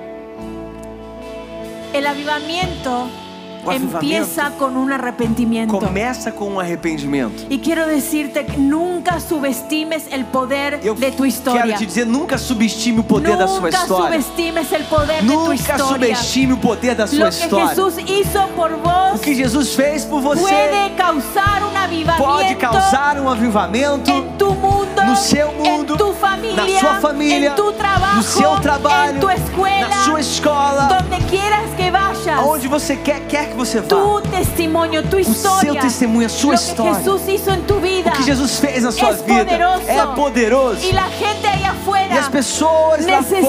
Speaker 2: El avivamiento
Speaker 3: O avivamiento.
Speaker 2: empieza con un arrepentimiento.
Speaker 3: Começa com um arrependimento.
Speaker 2: Y quiero decirte que nunca subestimes el poder
Speaker 3: Eu
Speaker 2: de tu historia.
Speaker 3: quero te dizer, nunca subestime o poder da sua
Speaker 2: Nunca
Speaker 3: história.
Speaker 2: subestimes el poder de tu
Speaker 3: Nunca
Speaker 2: historia.
Speaker 3: subestime o poder da sua
Speaker 2: Lo que
Speaker 3: história.
Speaker 2: Jesús hizo por vos
Speaker 3: O que Jesus fez por você
Speaker 2: puede causar un avivamiento
Speaker 3: pode causar um avivamento
Speaker 2: en tu mundo,
Speaker 3: no seu mundo,
Speaker 2: en tu familia,
Speaker 3: na sua família,
Speaker 2: en tu trabajo,
Speaker 3: no seu trabalho,
Speaker 2: en tu escuela,
Speaker 3: na sua escola,
Speaker 2: donde quieras que vayas.
Speaker 3: aonde você quer, quer que você vá.
Speaker 2: tu testimonio, tu historia,
Speaker 3: testemunho, a
Speaker 2: lo
Speaker 3: sua história.
Speaker 2: que Jesús hizo en tu vida
Speaker 3: O que Jesus fez na sua
Speaker 2: es
Speaker 3: vida
Speaker 2: poderoso.
Speaker 3: é poderoso.
Speaker 2: y la gente ahí afuera
Speaker 3: E as pessoas lá
Speaker 2: necesita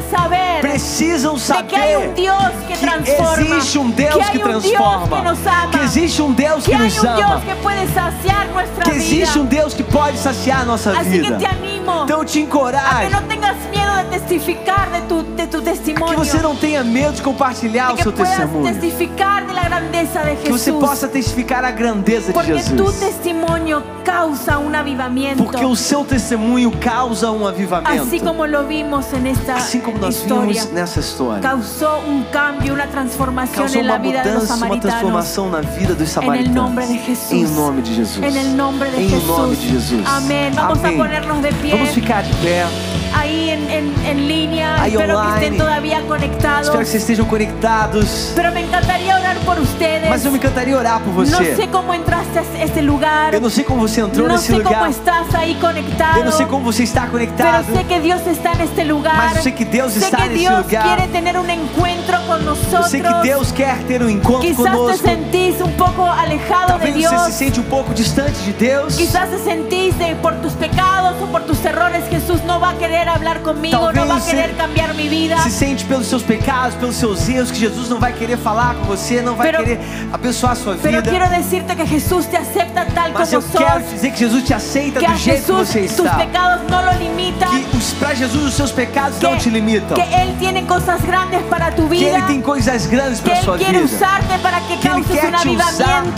Speaker 3: fora
Speaker 2: saber
Speaker 3: precisam
Speaker 2: de que hay un
Speaker 3: saber
Speaker 2: Dios que transforma,
Speaker 3: existe um
Speaker 2: que
Speaker 3: Deus
Speaker 2: hay
Speaker 3: que
Speaker 2: un Dios
Speaker 3: transforma,
Speaker 2: que nos ama,
Speaker 3: que existe um Deus
Speaker 2: que
Speaker 3: que
Speaker 2: hay
Speaker 3: nos
Speaker 2: un Dios
Speaker 3: ama,
Speaker 2: que puede saciar nuestra
Speaker 3: que
Speaker 2: vida.
Speaker 3: existe um Deus que pode saciar a nossa
Speaker 2: Así Assim que
Speaker 3: vida.
Speaker 2: te animo
Speaker 3: Então eu te
Speaker 2: a que
Speaker 3: encorajo
Speaker 2: no tengas miedo de testificar de tu, de tu
Speaker 3: que
Speaker 2: testimonio,
Speaker 3: você não tenha medo de compartilhar
Speaker 2: de
Speaker 3: o
Speaker 2: que
Speaker 3: seu
Speaker 2: puedas
Speaker 3: testemunho,
Speaker 2: testificar de la grandeza de
Speaker 3: que
Speaker 2: Jesús.
Speaker 3: você possa testificar a grandeza de
Speaker 2: Porque tu
Speaker 3: Jesus,
Speaker 2: testimonio causa un avivamiento.
Speaker 3: porque o seu testemunho causa um
Speaker 2: Así
Speaker 3: avivamento,
Speaker 2: Assim como lo vimos en esta
Speaker 3: assim como nós
Speaker 2: historia,
Speaker 3: vimos nessa história.
Speaker 2: causó un cambio, una transformación
Speaker 3: Causou
Speaker 2: en
Speaker 3: uma
Speaker 2: la vida de los
Speaker 3: mudança, uma
Speaker 2: samaritanos.
Speaker 3: transformação na vida dos
Speaker 2: En el nombre
Speaker 3: samaritanos.
Speaker 2: de Jesús.
Speaker 3: Em nome de Jesus.
Speaker 2: En el nombre de
Speaker 3: Em
Speaker 2: Jesús.
Speaker 3: nome de Jesus.
Speaker 2: Amén. Vamos
Speaker 3: Amém.
Speaker 2: a ponernos de pie
Speaker 3: Vamos ficar de pé.
Speaker 2: ahí en, en- en línea.
Speaker 3: Ahí
Speaker 2: Espero que
Speaker 3: online.
Speaker 2: estén todavía
Speaker 3: Espero que
Speaker 2: conectados.
Speaker 3: vocês estejam conectados.
Speaker 2: Pero me encantaría orar por ustedes.
Speaker 3: Mas eu me encantaria orar por
Speaker 2: no
Speaker 3: você.
Speaker 2: sé cómo entraste a este lugar.
Speaker 3: Eu não sei como você entrou
Speaker 2: No
Speaker 3: nesse
Speaker 2: sé cómo
Speaker 3: lugar.
Speaker 2: estás ahí conectado.
Speaker 3: Eu não sei como você está
Speaker 2: Pero
Speaker 3: conectado.
Speaker 2: sé que Dios está en este lugar.
Speaker 3: Mas eu sei que Deus
Speaker 2: Sé
Speaker 3: está
Speaker 2: que
Speaker 3: nesse
Speaker 2: Dios
Speaker 3: lugar.
Speaker 2: quiere tener un encuentro con
Speaker 3: Eu
Speaker 2: nosotros.
Speaker 3: sei que Deus quer ter um encontro
Speaker 2: Quizás te
Speaker 3: conosco.
Speaker 2: sentís un poco alejado de
Speaker 3: Talvez
Speaker 2: Dios.
Speaker 3: você se sente um pouco distante de Deus.
Speaker 2: Quizás te sentís de por tus pecados o por tus errores. Jesús no va a querer hablar conmigo,
Speaker 3: Talvez
Speaker 2: no va a
Speaker 3: se-
Speaker 2: querer cambiar mi vida.
Speaker 3: Se sente pelos seus pecados, pelos seus erros, que Jesus não vai querer falar com você, não vai
Speaker 2: Pero-
Speaker 3: querer abençoar a sua
Speaker 2: Pero
Speaker 3: vida.
Speaker 2: quiero decirte que Jesús te acepta tal
Speaker 3: Mas
Speaker 2: como
Speaker 3: eu quero
Speaker 2: sos.
Speaker 3: dizer que Jesus te aceita
Speaker 2: Que
Speaker 3: do
Speaker 2: a
Speaker 3: jeito que
Speaker 2: Jesús
Speaker 3: você
Speaker 2: tus
Speaker 3: está.
Speaker 2: pecados no lo limitan.
Speaker 3: Que os, pra Jesus os seus pecados não te limitam.
Speaker 2: que Él tiene cosas grandes para tu
Speaker 3: Que
Speaker 2: vida.
Speaker 3: Ele tem coisas grandes
Speaker 2: que
Speaker 3: para
Speaker 2: Él
Speaker 3: sua
Speaker 2: quiere
Speaker 3: vida.
Speaker 2: usarte para que
Speaker 3: Que Ele
Speaker 2: causes
Speaker 3: quer
Speaker 2: un
Speaker 3: te usar para que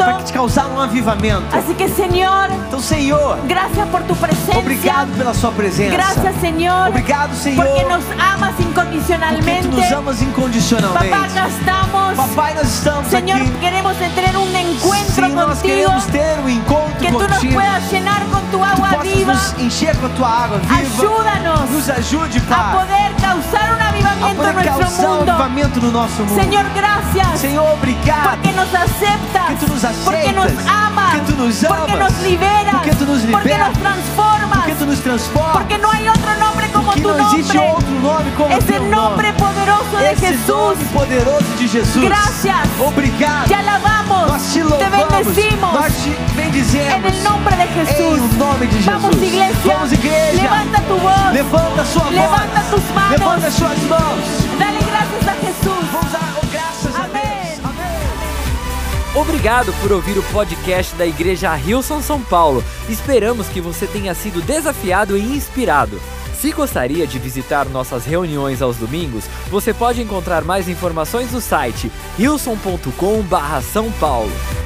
Speaker 2: avivamiento.
Speaker 3: te causar um avivamento.
Speaker 2: Así que Señor,
Speaker 3: Então, Senhor,
Speaker 2: gracias por tu presencia.
Speaker 3: obrigado pela sua presença.
Speaker 2: Gracias Señor,
Speaker 3: Obrigado, Senhor,
Speaker 2: porque nos amas
Speaker 3: porque
Speaker 2: incondicionalmente.
Speaker 3: tu nos amas
Speaker 2: Papá,
Speaker 3: incondicionalmente.
Speaker 2: acá estamos.
Speaker 3: Papai, nós estamos
Speaker 2: Señor,
Speaker 3: aqui.
Speaker 2: queremos tener un encuentro
Speaker 3: Sim, nós
Speaker 2: contigo.
Speaker 3: queremos ter um encontro
Speaker 2: Que tú nos
Speaker 3: contigo.
Speaker 2: puedas llenar con tu
Speaker 3: Tu
Speaker 2: agua
Speaker 3: possas
Speaker 2: viva.
Speaker 3: nos encher com a tua água viva.
Speaker 2: Ayúdanos
Speaker 3: Nos ajude,
Speaker 2: a
Speaker 3: Pai,
Speaker 2: poder causar un
Speaker 3: a
Speaker 2: avivamiento en
Speaker 3: poder
Speaker 2: nuestro
Speaker 3: causar um
Speaker 2: mundo.
Speaker 3: avivamento no nosso mundo.
Speaker 2: Senhor, gracias.
Speaker 3: Senhor, obrigado.
Speaker 2: Porque nos aceptas,
Speaker 3: Porque tú nos aceptas,
Speaker 2: porque nos amas,
Speaker 3: porque tú nos amas,
Speaker 2: porque nos liberas,
Speaker 3: porque tú nos
Speaker 2: porque
Speaker 3: liberas,
Speaker 2: nos transformas,
Speaker 3: Porque tu nos transforma.
Speaker 2: porque é no hay otro nombre como
Speaker 3: que
Speaker 2: tu
Speaker 3: não existe
Speaker 2: nombre,
Speaker 3: outro nome como
Speaker 2: es
Speaker 3: teu
Speaker 2: el nombre poderoso de
Speaker 3: Esse
Speaker 2: Jesús.
Speaker 3: nome poderoso de Jesus.
Speaker 2: Gracias.
Speaker 3: Obrigado.
Speaker 2: Te alabamos,
Speaker 3: Nós te
Speaker 2: te
Speaker 3: louvamos.
Speaker 2: bendecimos
Speaker 3: Nós te
Speaker 2: en
Speaker 3: bendizemos.
Speaker 2: el nombre de Jesús.
Speaker 3: Em nome de Jesus.
Speaker 2: Vamos iglesia,
Speaker 3: Vamos, igreja.
Speaker 2: levanta tu voz,
Speaker 3: Levanta a sua
Speaker 2: Levanta
Speaker 3: voz.
Speaker 2: tus manos.
Speaker 3: Levanta as suas mãos.
Speaker 2: dale gracias a Jesús.
Speaker 3: Vamos dar oh, graças a
Speaker 2: Amém.
Speaker 3: Deus. Amém.
Speaker 1: Obrigado por ouvir o podcast da Igreja Hilson São Paulo. Esperamos que você tenha sido desafiado e inspirado. Se gostaria de visitar nossas reuniões aos domingos, você pode encontrar mais informações no site hilson.com/são paulo.